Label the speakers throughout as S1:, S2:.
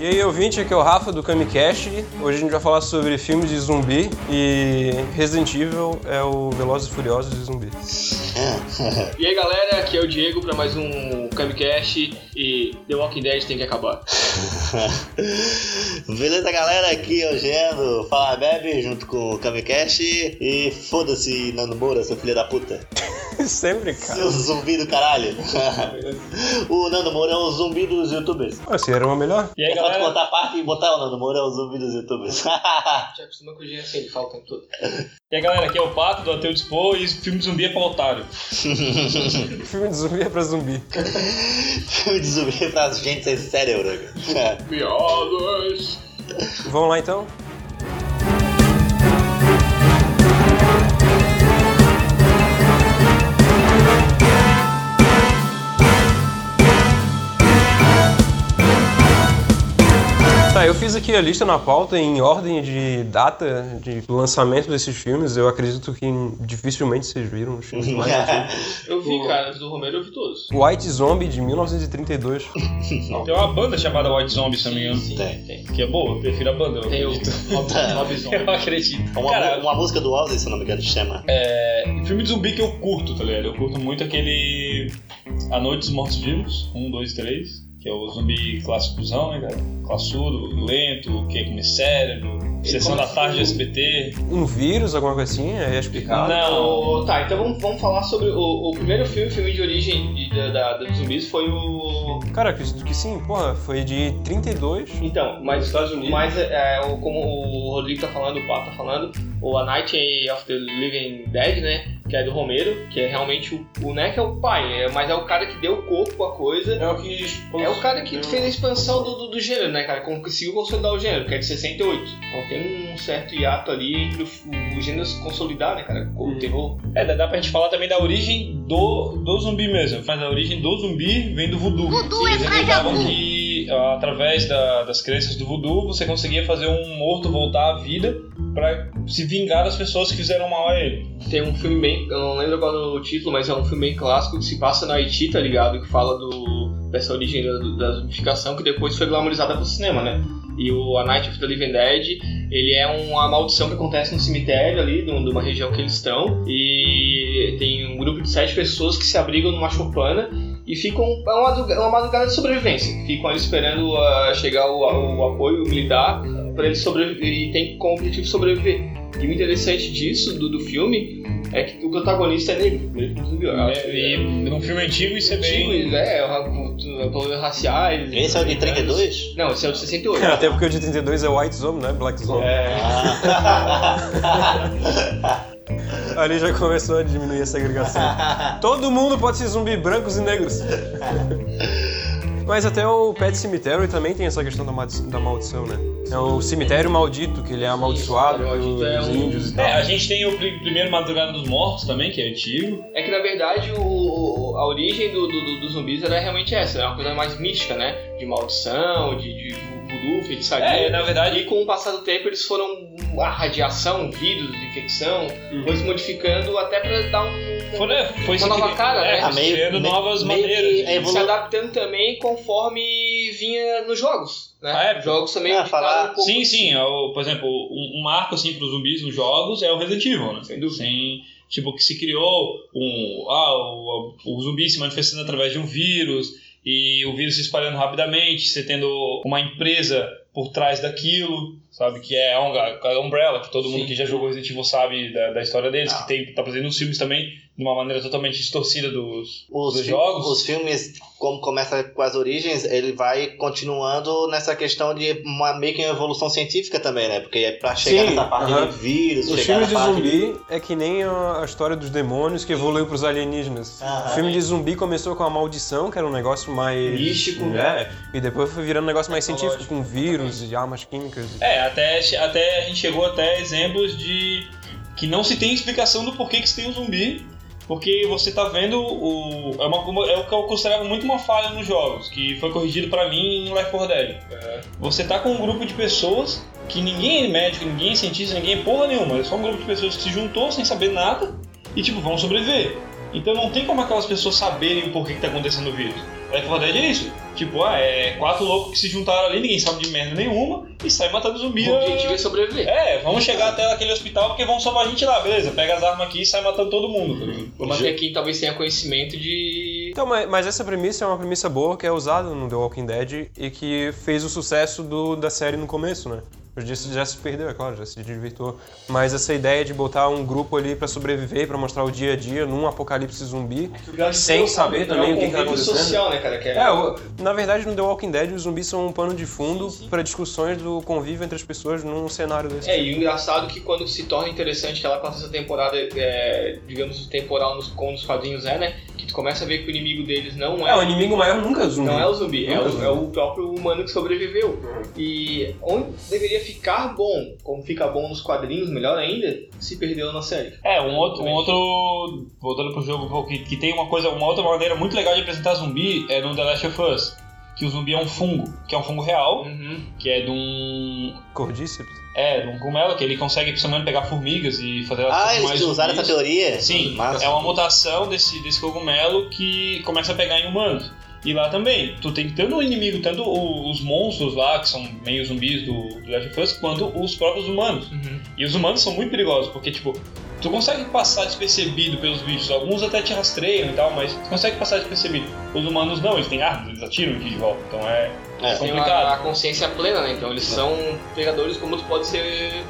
S1: E aí, ouvinte, aqui é o Rafa do Kamicast. Hoje a gente vai falar sobre filmes de zumbi e Resident Evil é o Velozes e Furiosos de zumbi.
S2: E aí galera, aqui é o Diego para mais um Camcast e The Walking Dead tem que acabar.
S3: Beleza, galera? Aqui é o Geno, Fala Bebe, junto com o Kamikash e foda-se, Nando Moura, seu filho da puta.
S1: Sempre, cara.
S3: Seu zumbi do caralho. o Nando Moura é o zumbi dos youtubers.
S1: Ah, Você era uma melhor?
S2: E aí
S3: É só tu
S2: galera,
S3: contar a parte e botar o Nando Moura é o zumbi dos youtubers.
S2: já acostuma com o Jean assim, ele fala o tempo todo. E aí galera, aqui é o Pato do Ateu Dispo e esse filme de zumbi é pra otário.
S1: Filme de zumbi é pra zumbi.
S3: Filme de zumbi é pra gente sem cérebro. cara.
S2: Piadas!
S1: Vamos lá então? Tá, eu fiz aqui a lista na pauta em ordem de data de lançamento desses filmes. Eu acredito que dificilmente vocês viram os filmes mais antigos.
S2: Eu vi, cara, do Romero eu vi todos.
S1: White Zombie de 1932.
S4: Tem uma banda chamada White Zombie, se não me
S2: um
S4: engano.
S3: Tem.
S2: tem.
S4: Que é boa, eu prefiro a banda. Eu
S2: Tem o
S4: acredito.
S2: Rob- Rob Zombie.
S4: Eu acredito.
S3: Uma,
S4: Cara,
S3: uma música do Ozzy, se eu não me engano, se chama.
S4: é, filme de zumbi que eu curto, tá ligado? Eu curto muito aquele A Noite dos Mortos Vivos, 1, 2 e 3, que é o zumbi clássicozão, né, cara? Classudo, lento, que come cérebro, Sessão da
S2: come
S4: Tarde do
S2: tudo.
S4: SBT.
S1: Um vírus, alguma coisinha? É explicado.
S4: Não,
S2: Ô, tá, então vamos, vamos falar sobre o, o primeiro filme, filme de origem de- da, da- dos zumbis foi o.
S1: Cara, que, que sim, porra, foi de 32.
S2: Então, mas Estados Unidos. Mas é, o- como o Rodrigo tá falando, o Pato tá falando, o A Night of the Living Dead, né? Que é do Romero, que é realmente o, o né, que é o pai, é, mas é o cara que deu corpo à coisa.
S4: É o que.
S2: É o cara que fez a expansão do, do, do gênero, né, cara? Conseguiu consolidar o gênero, que é de 68. Então tem um certo hiato ali entre o, o gênero se consolidar, né, cara? Com o terror.
S4: É, dá- dá pra gente falar também da origem do, do zumbi mesmo. Mas a origem do zumbi vem do voodoo.
S5: Voodoo é
S4: Eles acreditavam que ah, através da- das crenças do voodoo você conseguia fazer um morto voltar à vida pra se vingar das pessoas que fizeram mal a ele.
S2: Tem um filme bem. Eu não lembro qual é o título, mas é um filme bem clássico que se passa no Haiti, tá ligado? Que fala do, dessa origem da, da zumbificação que depois foi glamorizada pro cinema, né? E o A Night of the Living Dead, ele é uma maldição que acontece no cemitério ali, de um- de uma região que eles estão. E tem um grupo de sete pessoas que se abrigam numa chopana e ficam. É uma, madruga- é uma madrugada de sobrevivência. Ficam ali esperando ah, chegar o, o apoio militar para eles sobreviver. E tem como objetivo sobreviver. E o interessante disso, do, do filme, é que o protagonista é negro. negro zumbi, eu acho que
S4: e
S2: é.
S4: num filme antigo isso é bem.
S2: Antigo, né? ra- com- Problemas raciais.
S3: Esse é o de 32?
S2: Não, esse é o de 68.
S1: Até porque o de 32 é White Zombie, né? Black Zombie.
S2: É.
S3: Ah.
S1: Ali já começou a diminuir a segregação. Todo mundo pode ser zumbi, brancos e negros. Mas até o Pet Cemetery também tem essa questão da, maldi- da maldição, né? É o cemitério maldito, que ele é amaldiçoado
S2: Isso,
S1: pelos
S2: é um-
S1: índios e tal.
S4: É, a gente tem o pri- primeiro Madrugada dos Mortos também, que é antigo.
S2: É que na verdade o- o- a origem do, do, do- dos zumbis era realmente essa, é uma coisa mais mística, né? De maldição, de, de voodoo, feitiçaria.
S4: É, na verdade.
S2: E com o passar do tempo eles foram a radiação, vírus, infecção,
S3: Uhum.
S2: foi se modificando até pra dar um.
S4: Foi, né, foi
S2: Uma nova
S4: se-
S2: cara,
S4: é,
S2: né?
S3: Ah, meio-
S4: criando
S3: meio-
S4: novas
S3: meio que
S4: maneiras.
S3: é
S4: de-
S3: evolu-
S2: se adaptando também conforme vinha nos jogos, né?
S4: Ah, é?
S2: Jogos também
S3: Ah,
S2: optaram
S3: falar-
S2: um pouco
S4: Sim, sim. é o- por exemplo, um, um marco assim, para os zumbis nos jogos é o Resident Evil, né?
S2: Sem dúvida.
S4: Sem- tipo, que se criou um, ah, o, o zumbi se manifestando através de um vírus e o vírus se espalhando rapidamente, você tendo uma empresa por trás daquilo, sabe? Que é a Unga- a Umbrella, que todo mundo
S2: Sim.
S4: que já jogou Resident Evil sabe da, da história deles,
S2: Ah.
S4: que tem, tá fazendo uns filmes também de uma maneira totalmente distorcida dos,
S3: Os,
S4: dos
S3: fi-
S4: jogos.
S3: os filmes, como começa com as origens, ele vai continuando nessa questão de uma, meio que uma evolução científica também, né? Porque é pra chegar
S1: Sim,
S3: nessa parte
S1: aham.
S3: de vírus,
S1: Os
S3: chegar
S1: filmes
S3: na
S1: de
S3: parte
S1: zumbi é que nem a, a história dos demônios que evoluiu pros alienígenas.
S3: Aham.
S1: O filme de zumbi começou com a maldição, que era um negócio mais.
S2: místico.
S3: né?
S1: É, e depois foi virando um negócio mais científico, com vírus e armas químicas.
S4: É, até, até a gente chegou até exemplos de que não se tem explicação do porquê que se tem um zumbi, porque você tá vendo o é, uma, uma- é o que eu considerava muito uma falha nos jogos, que foi corrigido pra mim em Left 4 Dead. Você tá com um grupo de pessoas que ninguém é médico, ninguém é cientista, ninguém é porra nenhuma, é só um grupo de pessoas que se juntou sem saber nada e tipo vão sobreviver. Então não tem como aquelas pessoas saberem o porquê que tá acontecendo o vírus. Left 4 Dead é isso. Tipo, ah, é quatro loucos que se juntaram ali, ninguém sabe de merda nenhuma, e sai matando zumbi.
S2: O objetivo é sobreviver.
S4: É, vamos chegar até aquele hospital porque vão salvar a gente lá, beleza. Pega as armas aqui e sai matando todo mundo. tá ligado?
S3: É.
S2: Mas até quem talvez tenha conhecimento de.
S1: Então, mas, mas essa premissa é uma premissa boa que é usada no The Walking Dead e que fez o sucesso do- da série no começo, né? Hoje disso já se perdeu, é claro, já se desvirtuou. Mas essa ideia de botar um grupo ali pra sobreviver, pra mostrar o dia a dia num apocalipse zumbi. Sem saber também
S2: é
S1: o que que tá
S2: convívio
S1: acontecendo.
S2: social, né, cara? Que é-
S1: É, o- na verdade, no The Walking Dead, os zumbis são um pano de fundo pra discussões do convívio entre as pessoas num cenário desse.
S2: É, e o engraçado é que quando se torna interessante que ela passa essa temporada, é, digamos, temporal nos, como nos quadrinhos é, né? Que tu começa a ver que o inimigo deles não é.
S1: o inimigo maior nunca é zumbi.
S2: Não é o zumbi, é
S1: Nunca
S2: o,
S1: zumbi.
S2: é o próprio humano que sobreviveu. E onde deveria ficar bom, como fica bom nos quadrinhos, melhor ainda, se perdeu na série.
S4: É, um outro, um outro voltando pro jogo um pouco, que, que tem uma coisa, uma outra maneira muito legal de apresentar zumbi é no The Last of Us, que o zumbi é um fungo, que é um fungo real,
S3: Hum.
S2: Uhum.
S4: que é de um
S1: Cordíceps.
S4: é, de um cogumelo que ele consegue por semana pegar formigas e fazer elas
S3: Ah,
S4: ficarem
S3: eles usaram essa
S4: zumbis.
S3: teoria?
S4: Sim,
S3: Massa.
S2: um-
S4: é uma mutação desse, desse cogumelo que começa a pegar em humanos. E lá também, tu tem tanto o inimigo, tanto o- os monstros lá, que são meio zumbis do, do Last of Us, quanto os próprios humanos.
S2: Uhum.
S4: E os humanos são muito perigosos, porque, tipo, tu consegue passar despercebido pelos bichos. Alguns até te rastreiam e tal, mas tu consegue passar despercebido. Os humanos não, eles têm armas, eles atiram aqui de volta. Então é.
S3: É.
S2: Tem
S4: Complicado.
S2: a, a consciência plena, né? Então eles são pegadores como tu pode ser.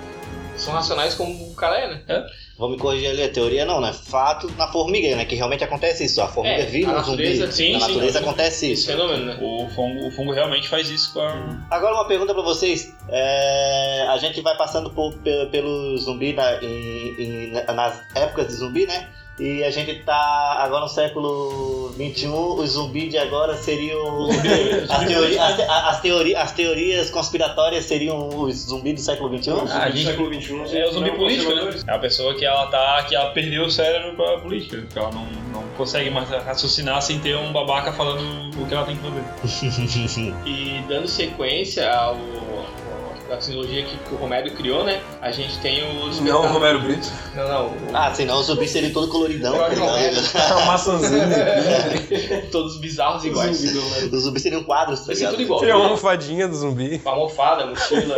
S2: São racionais como o cara é, né?
S3: Vou me corrigir ali, a teoria não, né? Fato na formiga, né? Que realmente acontece isso. A formiga
S2: É,
S3: vira
S2: a
S3: um zumbi.
S2: natureza- sim,
S3: na
S2: sim,
S3: natureza
S2: sim.
S3: acontece
S2: Esse
S3: isso.
S2: fenômeno, né?
S4: O fungo, o fungo realmente faz isso com a.
S3: Agora uma pergunta pra vocês. É, a gente vai passando por- pe- pelo zumbi na- em- em- na- nas épocas de zumbi, né? E a gente tá agora no século XXI, os zumbis de agora seriam. As, teori- as- as teori- as teorias conspiratórias seriam os zumbis do século um? XXI?
S4: Ah, a gente-
S1: século XXI.
S4: É o zumbi político, né? É a pessoa que ela tá. que ela perdeu o cérebro pra política. Que ela não, não consegue mais raciocinar sem ter um babaca falando o que ela tem que fazer.
S2: E dando sequência ao, à trilogia que, que o Romero criou, né? A gente tem os.
S1: Não, o Romero Brito.
S2: Não, não.
S3: ah, senão o zumbi seria todo coloridão, tá ligado?
S1: É uma maçãzinha.
S2: Todos bizarros iguais.
S3: Os zumbis seriam quadros, tá
S2: é Vai ser
S3: ligado?
S2: tudo igual.
S1: É uma almofadinha do zumbi.
S2: Uma almofada, mochila,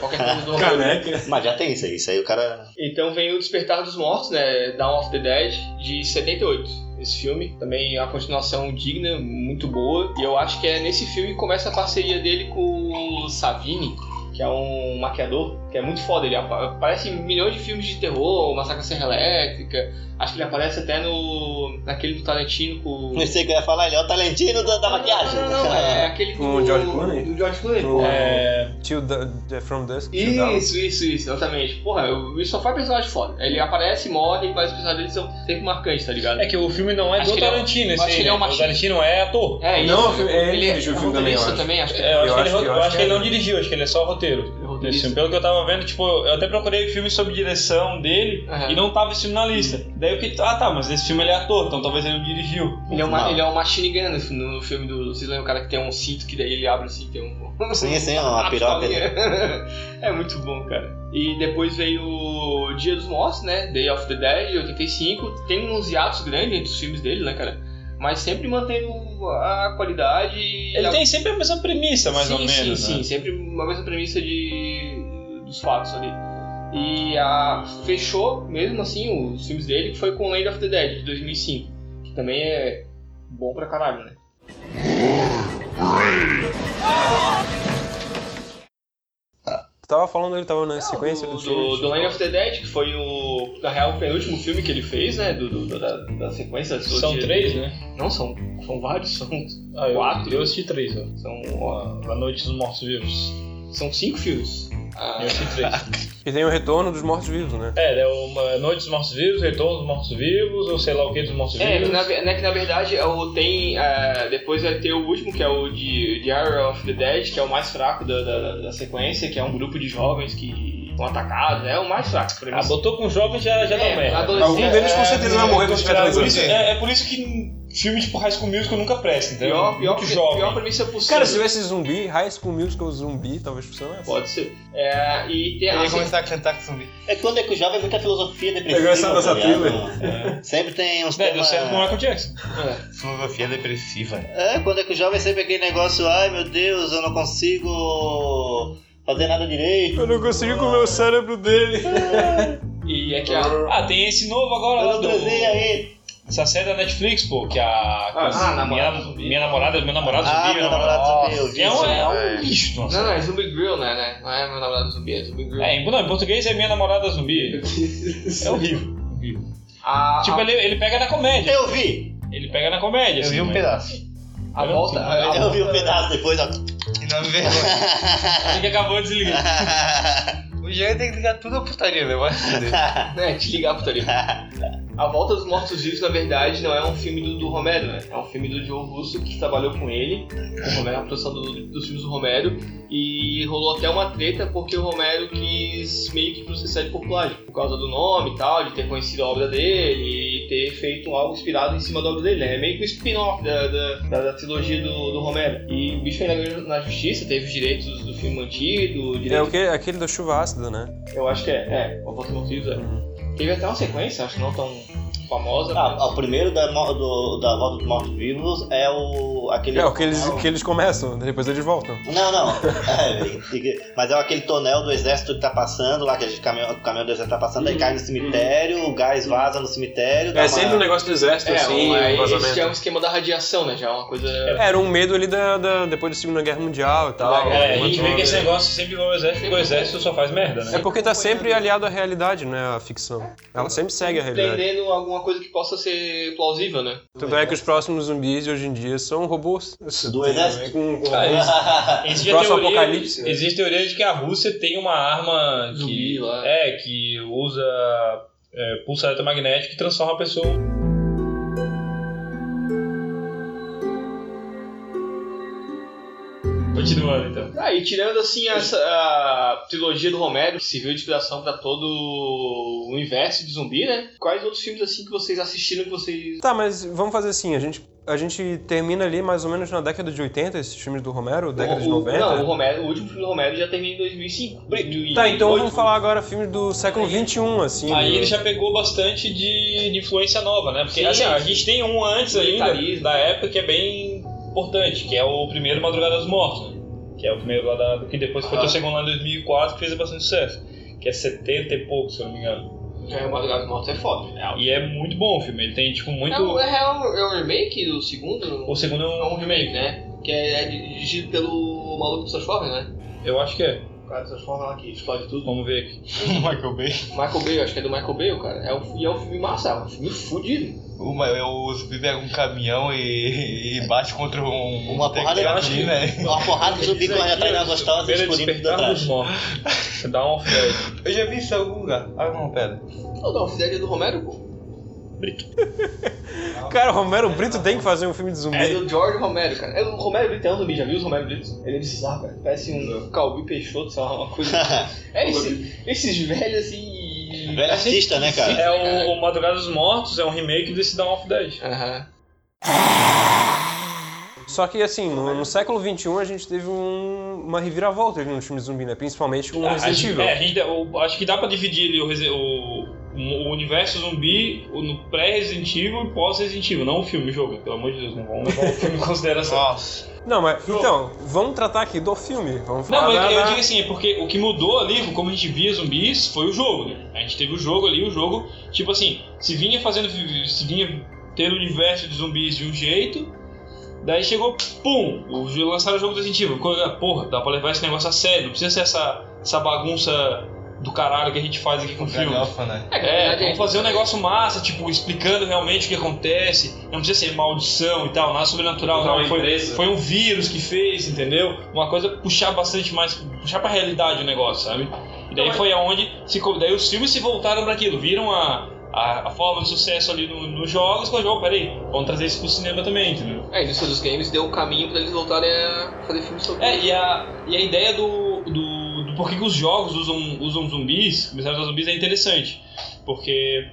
S2: qualquer coisa do Romero.
S1: Caneca.
S3: Mas já tem isso aí, isso aí o cara.
S2: Então vem o Despertar dos Mortos, né? Dawn of the Dead, de 78. Esse filme também é uma continuação digna, muito boa. E eu acho que é nesse filme que começa a parceria dele com o Savini, que é um maquiador, que é muito foda. Ele apa- aparece em milhões de filmes de terror, Massacre à Serra Elétrica. Acho que ele aparece até no naquele do Tarantino com...
S3: Não sei o que eu ia falar, ele é o Talentino da, da maquiagem.
S2: Não, não, não, é aquele
S1: Com o George Clooney?
S2: Do George Clooney,
S1: Com-
S2: é.
S4: É.
S1: Till Da- de- From Dusk. Till Dawn.
S2: Isso, isso, isso, exatamente. Porra, eu, ele só faz personagem foda.
S1: Hum.
S2: Ele aparece, morre, mas os personagens dele são sempre marcantes, tá ligado?
S4: É que o filme não é
S2: Acho
S4: do
S2: que ele é um-
S4: Tarantino, esse
S2: acho que
S4: aí,
S2: ele é um
S4: né? O
S2: machista.
S4: Tarantino é ator.
S2: É,
S1: Não, é
S2: isso.
S1: ele que
S2: é
S1: dirigiu o filme também, eu
S2: roteirista
S1: acho.
S2: também, acho que
S4: É, eu, acho
S1: Eu
S4: que,
S1: acho-
S4: ele,
S1: eu
S4: eu
S1: acho
S4: acho
S1: que
S4: que ele
S1: é.
S4: não dirigiu, acho que ele é só roteiro. Desse filme. Pelo que eu tava vendo, tipo, eu até procurei filmes sobre direção dele
S2: Aham.
S4: e não tava esse filme na lista. Daí eu fiquei, ah tá, mas esse filme ele é ator, então talvez ele não dirigiu.
S2: Ele é, uma,
S3: Não.
S2: ele é um machine gun no no filme do. Vocês lembram o cara que tem um cinto que daí ele abre assim, tem um.
S3: Sim, sim, uma piroca.
S1: né?
S2: pistolinha. é muito bom, cara. E depois veio o Dia dos Mortos, né? Day of the Dead, 85. Tem uns hiatos grandes entre os filmes dele, né, cara? Mas sempre mantendo a qualidade. e
S4: Ele
S2: a-
S4: tem sempre a mesma premissa, mais
S2: é sim,
S4: ou menos.
S2: Sim,
S4: né?
S2: sim, sempre uma mesma premissa de, dos fatos ali. E a, fechou, mesmo assim, os filmes dele, que foi com Land of the Dead, de 2005. Que também é bom pra caralho, né?
S1: Tu tava falando, ele tava na sequência
S2: do,
S1: do
S2: do,
S1: filme.
S2: do Land of the Dead, que foi o, na real, o penúltimo filme que ele fez, né? Do, do- da, da sequência. do
S4: São
S2: dia-
S4: três, né?
S2: Não, são, são vários, são,
S4: Ah, eu,
S2: Quatro.
S4: eu assisti três, ó.
S2: são, ó,
S4: A Noite dos Mortos Vivos.
S2: são cinco filmes. Ah,
S4: Eu assisti três.
S1: E tem o retorno dos mortos-vivos, né?
S4: é, é uma Noite dos Mortos Vivos, Retorno dos Mortos Vivos, ou sei lá o que dos Mortos
S2: É, que
S4: Vivos.
S2: na, ve- né, que na verdade é o- tem. é, depois vai ter o último, que é o de Diary of the Dead, que é o mais fraco da, da- da- da sequência, que é um grupo de jovens que são atacados, né? É o mais fraco, pra
S4: Ah,
S2: mim.
S3: É,
S2: É,
S4: botou com jovem já, é. já dá merda.
S2: adolescente-
S1: Algum deles com certeza vai morrer quando tiver
S4: É
S1: três
S4: por,
S1: anos.
S4: isso, é- é por isso que filme tipo High School Musical nunca presta, entendeu?
S2: é Pior, pior,
S4: Muito
S2: pior,
S4: jovem.
S2: pior premissa possível.
S1: Cara, se tivesse zumbi, High School Musical zumbi, talvez fosse essa.
S2: Pode ser. É, e tem
S5: Ele
S2: a.
S5: ia começar a cantar com zumbi.
S3: É que quando é que o jovem é muita filosofia depressiva.
S1: Eu gosto dessa
S3: tá ligado?
S4: É.
S3: Sempre tem um uns
S4: É, deu
S3: temas-
S4: certo com o Michael Jackson.
S5: Filosofia depressiva.
S3: É, quando é que o jovem é sempre aquele negócio, ai meu Deus, eu não consigo fazer nada direito.
S1: Eu não consigo comer o cérebro dele.
S2: E é que a.
S4: Ah, tem esse novo agora
S3: Eu
S4: lá
S3: não
S4: do...
S3: transei aí.
S4: Essa série da Netflix, pô, que a...
S2: ah,
S4: minha,
S2: namorado zumbi.
S4: minha namorada, meu namorado
S3: Ah,
S4: zumbi,
S3: meu namorado zumbi, eu
S4: Nossa,
S3: vi
S4: é um,
S3: isso,
S4: é um
S5: velho.
S4: lixo, nossa.
S2: Não, não, é Zumbi Grill, né? né? Não é meu namorado zumbi, é Zumbi Grill.
S4: É, em, não, em português é minha namorada zumbi. É horrível. horrível.
S2: A,
S4: Tipo,
S2: a,
S4: ele, ele pega na comédia.
S3: Eu vi!
S4: Ele pega na comédia.
S5: Eu
S4: assim,
S5: vi um
S4: né?
S5: pedaço.
S2: a volta. a- a- é
S3: Eu vi um pedaço depois, ó.
S5: E não me vergonha.
S4: Ele que acabou de desligar.
S5: O Jean tem que ligar tudo a putaria, né? Vai se fuder.
S2: né, te ligar pro Torino. A Volta dos Mortos Vivos, na verdade, não é um filme do, do Romero, né? É um filme do Joe Russo que trabalhou com ele, o Romero, a produção do- dos filmes do Romero, e rolou até uma treta porque o Romero quis meio que processar ele por plágio, tipo, por causa do nome e tal, de ter conhecido a obra dele e ter feito algo inspirado em cima da obra dele, né? É meio que um spin-off da, da, da- da trilogia do, do Romero. E o bicho foi na, na justiça, teve os direitos do filme mantido,
S1: É
S2: direitos
S1: o que? Aquele da chuva ácida, né?
S2: eu acho que é, é, o Volta Mortuza. Teve até uma sequência, acho que não tão famosa.
S3: Ah, o primeiro da, mo- do, da volta dos mortos-vivos é o. aquele.
S1: É o que eles, que eles começam, depois eles voltam.
S3: Não, não. É, mas é aquele tonel do exército que tá passando lá, que o caminhão, o caminhão do exército tá passando, aí cai no cemitério, o gás vaza no cemitério. dá
S1: Hum. É sempre um
S3: uma...
S1: negócio do exército,
S2: é,
S1: assim,
S2: um, é,
S1: um
S2: esse já é um
S1: vazamento.
S2: esquema da radiação, né? Já é uma coisa.
S1: Era um medo ali da, da- depois da Segunda Guerra Mundial e tal.
S4: É, a gente
S1: Matou-
S4: vê que esse negócio sempre vai ao exército, porque o exército só faz merda,
S1: É
S4: né?
S1: porque tá sempre aliado à realidade, né? A ficção. Ela sempre segue a realidade.
S2: Entendendo alguma coisa que possa ser plausível, né?
S1: Tanto é que os próximos zumbis hoje em dia são robôs.
S3: Do exército?
S1: Com, com-
S4: Ah, existe- existe a
S1: Próximo
S4: teoria-
S1: apocalipse, né?
S4: Existe a teoria de que a Rússia tem uma arma
S2: Zumbi
S4: que,
S2: lá.
S4: é, que usa é, pulso eletromagnético e transforma a pessoa. Continuando então.
S2: Ah, e tirando assim essa a trilogia do Romero, que serviu de inspiração pra todo o universo de zumbi, né? Quais outros filmes assim que vocês assistiram que vocês.
S1: Tá, mas vamos fazer assim, a gente, a gente termina ali mais ou menos na década de 80, esses filmes do Romero, década de né?
S2: O- o-
S1: 90.
S2: Não, o, Romero, o último filme do Romero já termina em 2005.
S1: Tá, então
S2: 2008.
S1: vamos falar agora filmes do século XXI, assim.
S4: Aí
S1: do-
S4: ele já pegou bastante de, de influência nova, né? Porque
S2: Sim.
S4: assim, a gente tem um antes ainda,
S2: Militarismo.
S4: da época, que é bem importante, que é o primeiro Madrugada dos Mortos, né? Que é o primeiro lá da, que depois foi
S2: Ah.
S4: o segundo lá em 2004, que fez bastante sucesso. Que é 70 e pouco, se eu não me engano.
S2: É, o Madrugada dos Mortos é foda. É,
S4: E é muito bom o filme, ele tem tipo muito...
S2: um- é, um, é um remake do segundo?
S4: O segundo é
S2: É
S4: um...
S2: um remake, né? Que é, é dirigido pelo maluco do Transformers, né?
S4: Eu acho que é.
S2: O cara do Transformers lá que explode tudo.
S4: Vamos ver aqui.
S5: Michael Bay.
S2: Michael Bay, acho que é do Michael Bay, cara. É um, e é um filme massa, é um filme fudido.
S5: Uma, é o zumbi pega um caminhão e, e bate contra um.
S3: Uma
S5: um tanque
S3: porrada
S5: de
S3: de-
S5: gasolina, né?
S3: Uma porrada de zumbi correndo atrás da gostosa e
S4: Primeiro é
S3: explodindo por
S4: despertar
S3: trás.
S4: dos mortos. Dá um off
S5: Eu já vi isso em algum lugar. Ah, não, pera.
S2: Não, não, Fidelidade é do Romero, pô.
S1: Cara, o Romero Brito tem que fazer um filme de zumbi.
S2: É do George Romero, cara. É, o Romero Brito é um zumbi, já viu os Romero Brito? Ele é bizarro, cara. Parece um Calbi Peixoto, sei lá, uma coisa. é, esse, esses velhos assim.
S3: Velho artista, né, cara?
S4: É o, o Madrugada dos Mortos, é um remake desse Dawn of Dead.
S2: Aham.
S1: Só que, assim, no, no século XXI a gente teve um- uma reviravolta ali no filme de zumbi, né? Principalmente com o
S4: Ah, a
S1: Resident
S4: gente-
S1: Evil.
S4: é, a gente- eu acho que dá pra dividir ali o, Resi- o- o universo zumbi o- no pré-Resident Evil e pós-Resident Evil, não o filme, o jogo, pelo amor de Deus, não vamos levar o filme em consideração.
S5: Nossa.
S1: Não, mas, então, vamos tratar aqui do filme. Vamos falar
S4: Não, mas
S1: da-
S4: eu
S1: da-
S4: digo assim, é porque o que mudou ali, como a gente via zumbis, foi o jogo, né? A gente teve o jogo ali, o jogo, tipo assim, se vinha fazendo, se vinha tendo o universo de zumbis de um jeito, daí chegou, pum, o, jo- lançaram o jogo do Resident Evil. Ficou, ah, Porra, dá pra levar esse negócio a sério, não precisa ser essa, essa bagunça do caralho que a gente faz aqui com o filme.
S5: Galhofa, né?
S4: É, vamos fazer um negócio massa, tipo, explicando realmente o que acontece. Não precisa ser maldição e tal, nada sobrenatural.
S2: Usar uma
S4: Não. Foi,
S2: empresa.
S4: foi um vírus que fez, entendeu? Uma coisa puxar bastante mais, puxar pra realidade o negócio, sabe? E daí foi aonde, se, co- daí os filmes se voltaram pra aquilo, viram a, a, a forma de sucesso ali no- nos jogos, e falaram, "Oh, peraí, vamos trazer isso pro cinema também, entendeu?
S2: É, a indústria dos games deu o caminho pra eles voltarem a fazer filme sobre.
S4: É, e a, e a ideia do, do, do porquê que os jogos usam, usam zumbis, começaram a usar zumbis, é interessante. Porque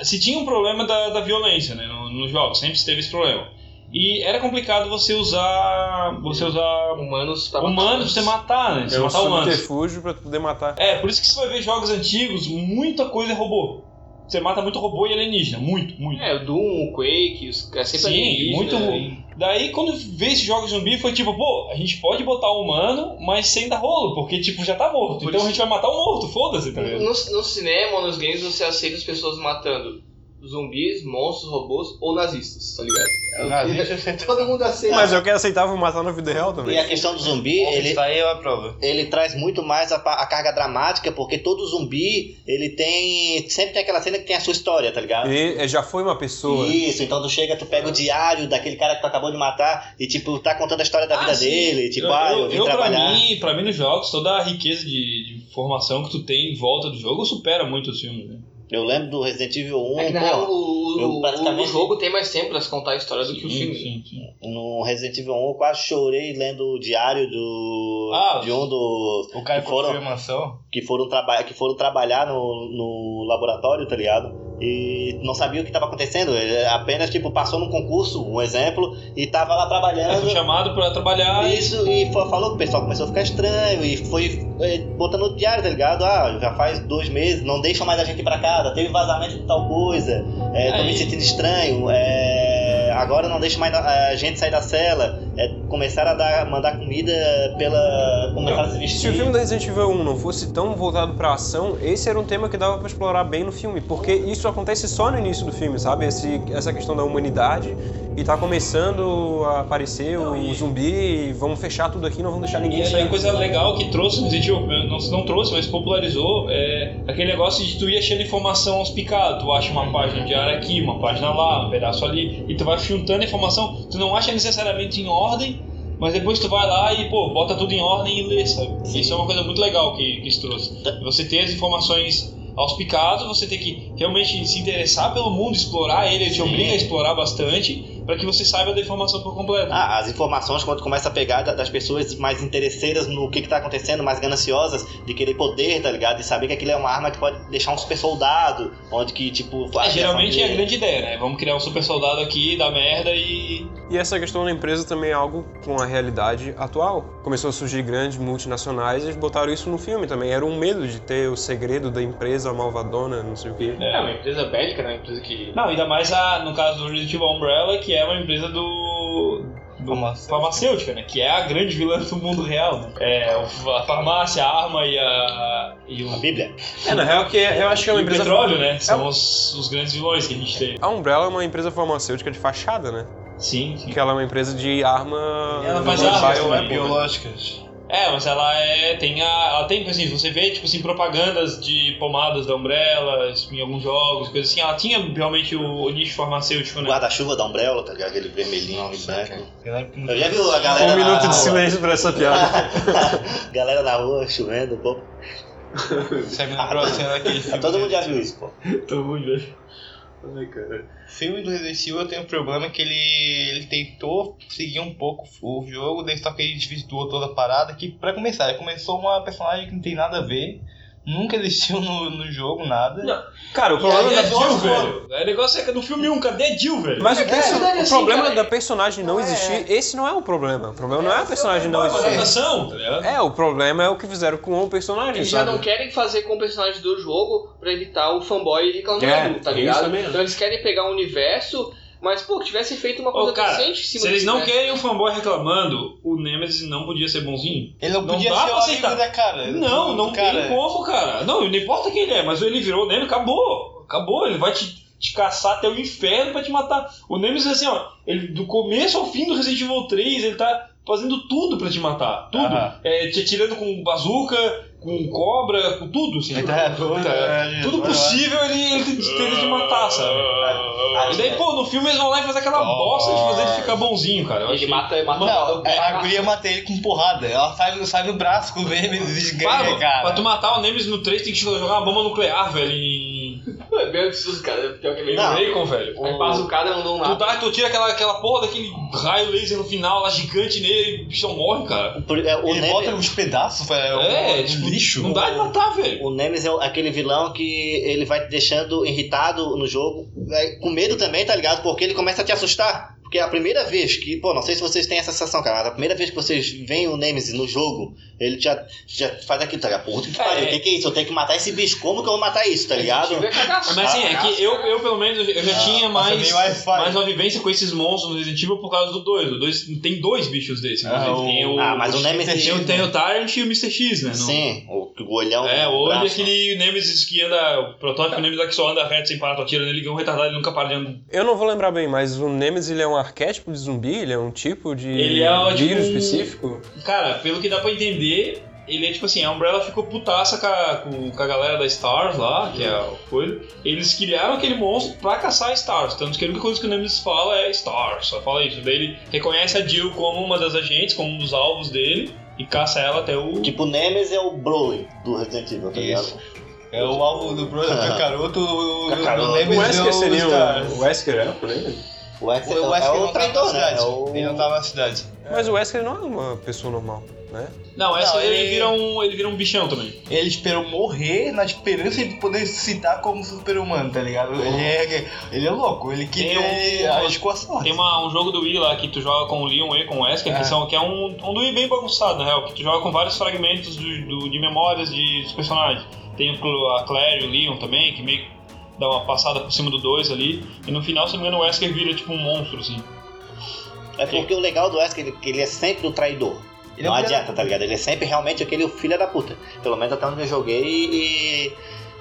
S4: se tinha um problema da, da violência, né? No, nos jogos, sempre teve esse problema. E era complicado você usar. Você usar
S2: Humanos pra
S4: humanos pra você matar, né? Você
S1: É um
S4: matar humanos.
S1: subterfúgio pra tu poder matar.
S4: É, por isso que você vai ver jogos antigos, muita coisa é robô. Você mata muito robô e alienígena, muito, muito.
S2: É, o Doom, o Quake, os- é sempre
S4: Sim,
S2: alienígena,
S4: muito
S2: né?
S4: ruim. Daí, quando vê esse jogo zumbi, foi tipo, pô, a gente pode botar o humano, mas sem dar rolo, porque, tipo, já tá morto.
S2: Por
S4: então
S2: isso-
S4: a gente vai matar o morto, foda-se, tá ligado?
S2: No, no cinema ou nos games você aceita as pessoas matando zumbis, monstros, robôs ou nazistas, tá ligado? É o que- Todo mundo aceita.
S1: Mas eu que aceitava matar na vida real
S3: E
S1: também.
S4: é-
S3: a questão do zumbi, ele,
S5: Está aí é a prova.
S3: ele traz muito mais a, pa- a carga dramática, porque todo zumbi, ele tem. Sempre tem aquela cena que tem a sua história, tá ligado?
S1: E é, já foi uma pessoa.
S3: Isso, então tu chega, tu pega o diário daquele cara que tu acabou de matar e, tipo, tá contando a história da
S4: Ah,
S3: vida
S4: sim.
S3: dele, tipo, ah, eu vim
S4: pra,
S3: trabalhar.
S4: mim, pra mim, nos jogos, toda a riqueza de, de informação que tu tem em volta do jogo supera muito os filmes, né?
S3: Eu lembro do Resident Evil 1,
S2: É que na
S3: pô,
S2: real o,
S3: eu
S2: o-
S3: praticamente-
S2: o jogo tem mais tempo pra se contar a história do que o filme.
S4: Sim, sim.
S3: no Resident Evil 1 eu quase chorei lendo o diário do.
S4: Ah,
S3: de um do.
S5: O cara
S3: Que
S5: foi
S3: foram-
S5: pra mansão.
S3: que foram, traba que foram trabalhar no, no laboratório, tá ligado? E não sabia o que estava acontecendo. Ele apenas, tipo, passou num concurso, um exemplo, e tava lá
S4: Aí
S3: trabalhando.
S4: foi É, chamado pra trabalhar e
S3: Isso, e fa- falou que o pessoal começou a ficar estranho e foi é, botando no diário, tá ligado? Ah, já faz dois meses, não deixam mais a gente ir pra casa, teve vazamento de tal coisa, é, tô me
S4: Aí.
S3: sentindo estranho, é, agora não deixam mais a a gente sair da cela, é, começaram a dar- mandar comida pela. começaram a se
S1: Se
S3: vestir.
S1: o filme da Resident Evil 1 não fosse tão voltado pra ação, esse era um tema que dava pra explorar bem no filme, porque isso acontece só no início do filme, sabe? Esse- essa questão da humanidade e tá começando a aparecer o zumbi e vamos fechar tudo aqui, não vamos deixar ninguém
S4: E é a
S1: sair.
S4: coisa
S3: é.
S4: legal que trouxe no Resident Evil, eh, não, não trouxe, mas popularizou, é aquele negócio de tu ir achando informação aos picados. Tu acha uma página de área aqui, uma página lá, um pedaço ali, e tu vai juntando informação, tu não acha necessariamente em ordem, mas depois tu vai lá e, pô, bota tudo em ordem e lê, sabe?
S3: Sim. Tá.
S4: Isso é uma coisa muito legal que, que isso trouxe. Você ter as informações aos picados, você tem que realmente se interessar pelo mundo, explorar ele, ele te
S3: Sim.
S4: obriga a explorar bastante, para que você saiba da informação por completo.
S3: Ah, as informações quando começa a pegar da- das pessoas mais interesseiras no que, que tá acontecendo, mais gananciosas, de querer poder, tá ligado? De saber que aquilo é uma arma que pode deixar um super soldado, onde que, tipo, a
S4: É,
S3: criação
S4: geralmente é a
S3: dele-
S4: grande ideia, né? Vamos criar um super soldado aqui, dar merda e.
S1: E essa questão da empresa também é algo com a realidade atual. Começou a surgir grandes multinacionais e eles botaram isso no filme também. Era um medo de ter o segredo da empresa malvadona, não então. sei o quê.
S2: É, uma empresa bélica, né? Uma empresa que.
S4: Não, ainda mais a, no caso do Resident Evil Umbrella, que é uma empresa do. do
S5: Farmacêutica.
S4: farmacêutica, né? Que é a grande vilã do mundo real, né? É, o- a farmácia, a arma e a. E
S3: A
S4: o,
S3: Bíblia.
S1: É, na real que eu acho que é
S4: e
S1: uma
S4: o
S1: empresa...
S4: petróleo, né? São os, os grandes vilões que a gente tem.
S1: A Umbrella é uma empresa farmacêutica de fachada, né?
S4: Sim, sim.
S1: Que ela é uma empresa de arma...
S4: Ela faz
S1: bio-
S4: armas,
S5: é
S1: bio-
S4: né?
S5: Biológicas.
S4: É, mas ela é. Tem a. Ela tem, assim, você vê, tipo assim, propagandas de pomadas da Umbrella em alguns jogos, coisas assim. Ela tinha realmente o, o nicho farmacêutico,
S3: O
S4: né?
S3: um guarda-chuva da Umbrella, tá ligado? Aquele vermelhinho, branco.
S5: Eu lembro que no-
S3: Eu já vi a galera
S5: é
S1: Um
S3: na
S1: minuto
S3: rua.
S1: de silêncio pra essa piada.
S3: galera na rua, chovendo, pô.
S5: Você me lembrou a cena daquele filme.
S3: Tá
S4: Tipo,
S3: Todo mundo já
S4: é,
S3: viu isso, pô.
S4: Tô muito né? bem.
S2: Ai, cara.
S5: filme do Resident Evil tem um problema que ele, ele tentou seguir um pouco o jogo, daí só que ele desvirtuou toda a parada, que pra começar, ele começou uma personagem que não tem nada a ver, nunca existiu no, no jogo, nada.
S4: Não.
S1: Cara, o problema
S4: Cadê
S1: da
S4: a é Jill, velho? O negócio é que no filme 1, cadê a Jill, velho?
S1: Mas o, perso-
S2: verdade,
S1: o
S2: assim,
S1: problema
S2: cara,
S1: da personagem não existir, esse não é o problema. O problema não é a personagem não
S4: Uma
S1: existir.
S4: adaptação, tá ligado?
S1: É, o problema é o que fizeram com o personagem,
S2: Eles já
S1: sabe?
S2: não querem fazer com o personagem do jogo pra evitar o fanboy reclamando,
S1: É,
S2: tá
S1: é
S2: ligado?
S1: isso mesmo.
S2: Então eles querem pegar o universo, mas pô, que tivesse feito uma coisa
S4: Ô, cara,
S2: decente em cima
S4: Se
S2: do
S4: eles não
S2: universo.
S4: querem o fanboy reclamando, o Nemesis não podia ser bonzinho?
S5: Ele não
S4: Não
S5: podia
S4: dá
S5: ser
S4: pra
S5: o amigo
S4: aceitar.
S5: da cara.
S4: Não, não
S5: É, cara.
S4: tem como, cara. Não, não importa quem ele é, mas ele virou o Nemesis, acabou. Acabou, ele vai te, te caçar até o inferno pra te matar. O Nemesis, assim, ó, ele do começo ao fim do Resident Evil 3, ele tá fazendo tudo pra te matar. Tudo.
S5: Aham.
S4: É, te atirando com bazuca, com cobra, com tudo, assim.
S5: É,
S3: é,
S4: Tudo possível ele, ele tenta te matar, sabe?
S5: É.
S4: E daí, pô, no filme eles vão lá e fazem aquela bosta de fazer ele ficar bonzinho, cara. Eu
S2: Ele
S4: achei-
S2: mata, mata
S5: Não,
S2: mata-
S5: é, a guria mata ele com porrada. Ela sai, no- sai no braço com o Nemesis e
S4: Claro,
S5: ganha, cara.
S4: pra tu matar o Nemesis no 3 tem que jogar uma bomba nuclear, velho, em...
S2: Pô, é bem absurdo, cara. Pior que é meio
S3: Não.
S2: Bacon,
S4: velho.
S2: Aí passa o cara não dão
S4: Tu,
S2: nada.
S4: dá, tu tira aquela, aquela porra daquele raio laser no final lá gigante nele e o bichão morre, cara.
S3: Por- é, O,
S5: Ele bota
S3: Nemesis,
S5: uns pedaços, velho.
S4: É,
S5: um
S4: tipo,
S5: lixo.
S4: Não dá de matar, velho.
S3: o Nemesis é o- aquele vilão que ele vai te deixando irritado no jogo, vai- com medo também, tá ligado? Porque ele começa a te assustar. Porque é a primeira vez que, pô, não sei se vocês têm essa sensação, cara, mas a primeira vez que vocês veem o Nemesis no jogo, ele já, já faz aquilo, tá ligado? Puta que pariu, o que, que é isso? Eu tenho que matar esse bicho, como que eu vou matar isso, tá ligado?
S2: Tiver cagaço.
S4: Mas assim, é que eu, eu pelo menos eu
S5: Ah,
S4: já tinha
S5: Passa
S4: mais,
S5: meio Wi-Fi.
S4: mais uma vivência com esses monstros no Resident Evil por causa do 2. O dois tem dois bichos desses,
S5: Ah,
S4: inclusive.
S5: o-
S4: tem o,
S3: Ah, mas o Nemesis.
S4: É, tem, o, tem o Tyrant e o Mr. X, né? no-
S3: Sim, o o olhão.
S4: É,
S3: o
S4: hoje
S3: braço. né?
S4: aquele Nemesis que anda, o protótipo Nemesis que só anda reto sem parar, tu atira nele, que é um retardado, ele nunca para de andar.
S1: Eu não vou lembrar bem, mas o Nemesis ele é um arquétipo de zumbi? Ele é um tipo de
S4: Ele é, tipo,
S1: vírus
S4: um-
S1: específico?
S4: Cara, pelo que dá pra entender, ele é tipo assim, a Umbrella ficou putaça com a, com- com a galera da Stars lá, que é a coisa. Eles criaram aquele monstro pra caçar a Stars, tanto que a única coisa que o Nemesis fala é Stars, só fala isso. Daí ele reconhece a Jill como uma das agentes, como um dos alvos dele, e caça ela até o...
S3: Tipo, o Nemesis é o Broly do Resident Evil, tá ligado?
S5: Isso. É o alvo do Bruno,
S3: Ah.
S5: o Cacaroto, o
S3: Kakaroto.
S5: o
S1: O
S5: Nemesis é
S1: Wesker
S5: o
S1: seria
S5: Star.
S1: um... O Wesker é por aí?
S3: O Wesker,
S5: O
S3: é
S5: Wesker
S3: o
S5: não tava na
S3: traidor, né?
S5: cidade.
S3: É o...
S5: Ele não tava na cidade.
S1: Mas o Wesker não é uma pessoa normal, né?
S4: Não, essa
S5: Não,
S4: ele...
S5: ele-
S4: vira um, ele vira um bichão também.
S5: Ele esperou morrer na esperança de poder se citar como super-humano, tá ligado? Ele é, ele é louco, ele
S4: Tem
S5: queria
S4: um-
S5: ele arriscou a sorte.
S4: Tem uma- um jogo do Wii lá que tu joga com o Leon e com o Wesker, que,
S5: É.
S4: são, que é um, um do Wii bem bagunçado, na real, que tu joga com vários fragmentos do- do- de memórias de, dos personagens. Tem o Cl- a Claire e o Leon também, que meio que dá uma passada por cima do dois ali, e no final, se não me engano, o Wesker vira tipo um monstro, assim.
S3: É porque o legal do Wesker é que ele é sempre o traidor.
S5: Ele é
S3: não
S5: um
S3: adianta, tá ligado? Ele é sempre realmente aquele filho da puta. Pelo menos até onde eu joguei e. e-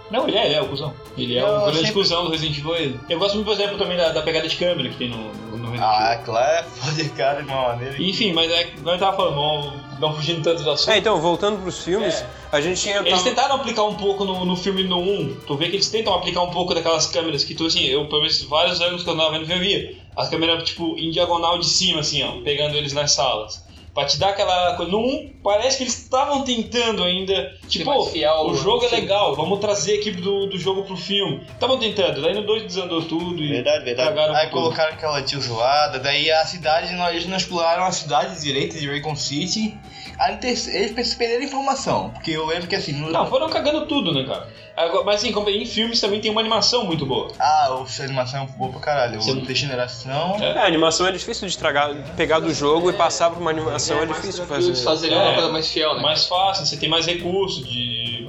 S4: Não, ele é, ele é o cuzão. Ele é
S5: Eu
S4: um grande
S5: sempre-
S4: cuzão do Resident Evil. ele. Eu gosto muito, por exemplo, também da, da pegada de câmera que tem no, no- no Resident Evil.
S5: Ah, claro, foda cara de uma maneira. que-
S4: Enfim, mas é, como eu tava falando, não, não fugindo tanto do assunto.
S1: É, então, voltando pros filmes, a gente tinha...
S4: Eles tentaram aplicar um pouco no, no filme no 1. Tu vê que eles tentam aplicar um pouco daquelas câmeras que tu, assim, eu, pelo menos, vários ângulos que eu andava vendo, eu via. As câmeras, tipo, em diagonal de cima, assim, ó, pegando eles nas salas. Pra te dar aquela coisa. No 1, parece que eles estavam tentando ainda. Tipo,
S2: mais fiel
S4: o
S2: ao
S4: jogo é
S2: filme."
S4: legal, vamos trazer a equipe do, do jogo pro filme. Estavam tentando, daí no 2 desandou tudo e
S3: Verdade, verdade.
S4: cagaram um
S5: Aí
S4: com tudo.
S5: colocaram aquela tio zoada, daí a cidade, nós- eles não exploraram a cidade direita de Raycon City. Aí ter- eles perderam informação, porque eu lembro que assim. no-
S4: Não, foram cagando tudo, né, cara? Agora- mas assim, como em filmes também tem uma animação muito boa.
S5: Ah, essa animação é boa pra caralho.
S4: Você-
S5: O Degeneração.
S4: É.
S1: É, a animação é difícil de tragar, pegar do jogo e passar pra uma animação, é, difícil fazer.
S2: fazer
S4: É.
S2: uma coisa mais fiel, né?
S4: mais fácil, você tem mais recurso de.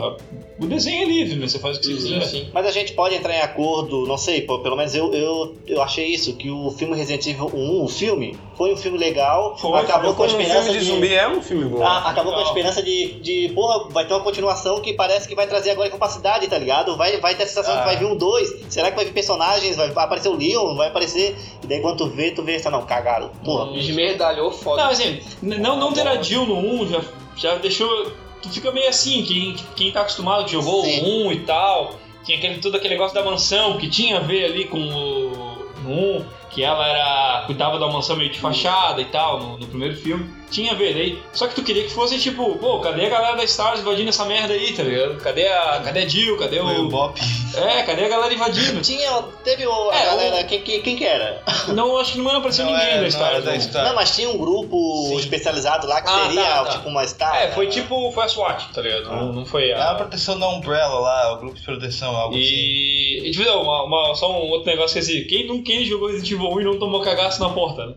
S4: O desenho é livre, né? Você faz o que você
S2: Sim,
S4: quiser.
S2: sim.
S3: Mas a gente pode entrar em acordo, não sei, pô, pelo menos eu, eu, eu achei isso, que o filme Resident Evil 1, o filme, foi um filme legal,
S4: Foi,
S3: acabou com a
S1: um
S3: esperança
S1: filme de zumbi é um filme bom.
S3: Ah, acabou com a
S4: Legal.
S3: esperança de, de, porra, vai ter uma continuação que parece que vai trazer agora capacidade, tá ligado? Vai, vai ter a sensação
S5: Ah.
S3: que vai vir um dois será que vai vir personagens, vai aparecer o Leon, vai aparecer, e daí quando tu vê, tu vê, essa não, cagaram, porra.
S2: Esmerdalhou foda.
S4: né? Não, assim, n- não, não ter a Jill no 1 já, já deixou. Tu fica meio assim, quem, quem tá acostumado que jogou
S3: Sim.
S4: o 1 e tal, tinha aquele, todo aquele negócio da mansão que tinha a ver ali com o no 1, que ela era. cuidava da mansão meio de fachada e tal, no, no primeiro filme. Tinha a ver aí. Só que tu queria que fosse tipo, pô, cadê a galera da Stars invadindo essa merda aí, tá ligado? Cadê a. Cadê a Jill? Cadê
S5: Foi o
S4: o.
S5: Bop.
S4: É, cadê a galera invadindo?
S3: Tinha, teve o, a
S4: É,
S3: galera, quem, quem, quem que era?
S4: Não, acho que não apareceu
S5: Não
S4: ninguém
S3: é,
S5: era-
S4: da
S5: então não
S4: história.
S5: era da
S4: não.
S5: história. Tá.
S3: Não, mas tinha um grupo
S4: Sim.
S3: especializado lá que
S4: Ah,
S3: seria,
S4: tá, tá.
S3: tipo, uma star.
S4: É, foi tipo o Fast Watch, tá ligado?
S3: Ah.
S4: Não, não foi
S5: É
S4: a.
S5: a proteção da Umbrella lá, o grupo de proteção, algo assim.
S4: E. e tipo, não, uma, uma- só um outro negócio que assim, quem, não- quem jogou Resident Evil 1 e não tomou cagaço na porta, né?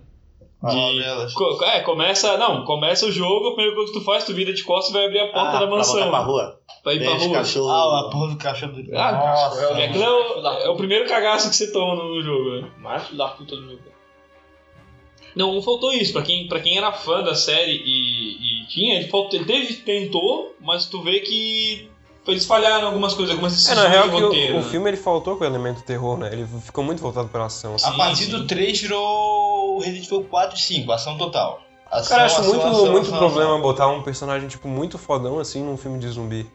S5: Ah,
S4: de-
S5: Umbrella.
S4: Co- é, começa. Não, começa o jogo, a primeira coisa que tu faz, tu vira de costas e vai abrir a porta
S3: Ah,
S4: da
S3: Pra
S4: mansão.
S3: voltar pra rua.
S4: Pra ir pra
S3: Deixa o
S4: rua.
S3: cachorro.
S5: Ah, a porra do cachorro do.
S4: Ah,
S5: Nossa,
S4: É, aquilo é, o, é o primeiro cagaço que você toma no jogo, né?
S2: Macho da puta do jogo.
S4: Não, um faltou isso. Pra quem, pra quem era fã da série e, e tinha, ele, faltou, ele teve, tentou, mas tu vê que eles falharam em algumas coisas, algumas
S1: É,
S4: decisões
S1: na real
S4: de
S1: que o-
S4: roteiro.
S1: o,
S4: né?
S1: filme ele faltou com o elemento terror, né? Ele ficou muito voltado pra ação. assim.
S5: A partir
S4: sim.
S5: do 3 virou Resident Evil 4 e 5, ação total. Ação,
S1: Cara, eu acho
S5: ação,
S1: muito,
S5: ação,
S1: muito
S5: ação,
S1: problema
S5: ação.
S1: botar um personagem, tipo, muito fodão, assim, num filme de zumbi.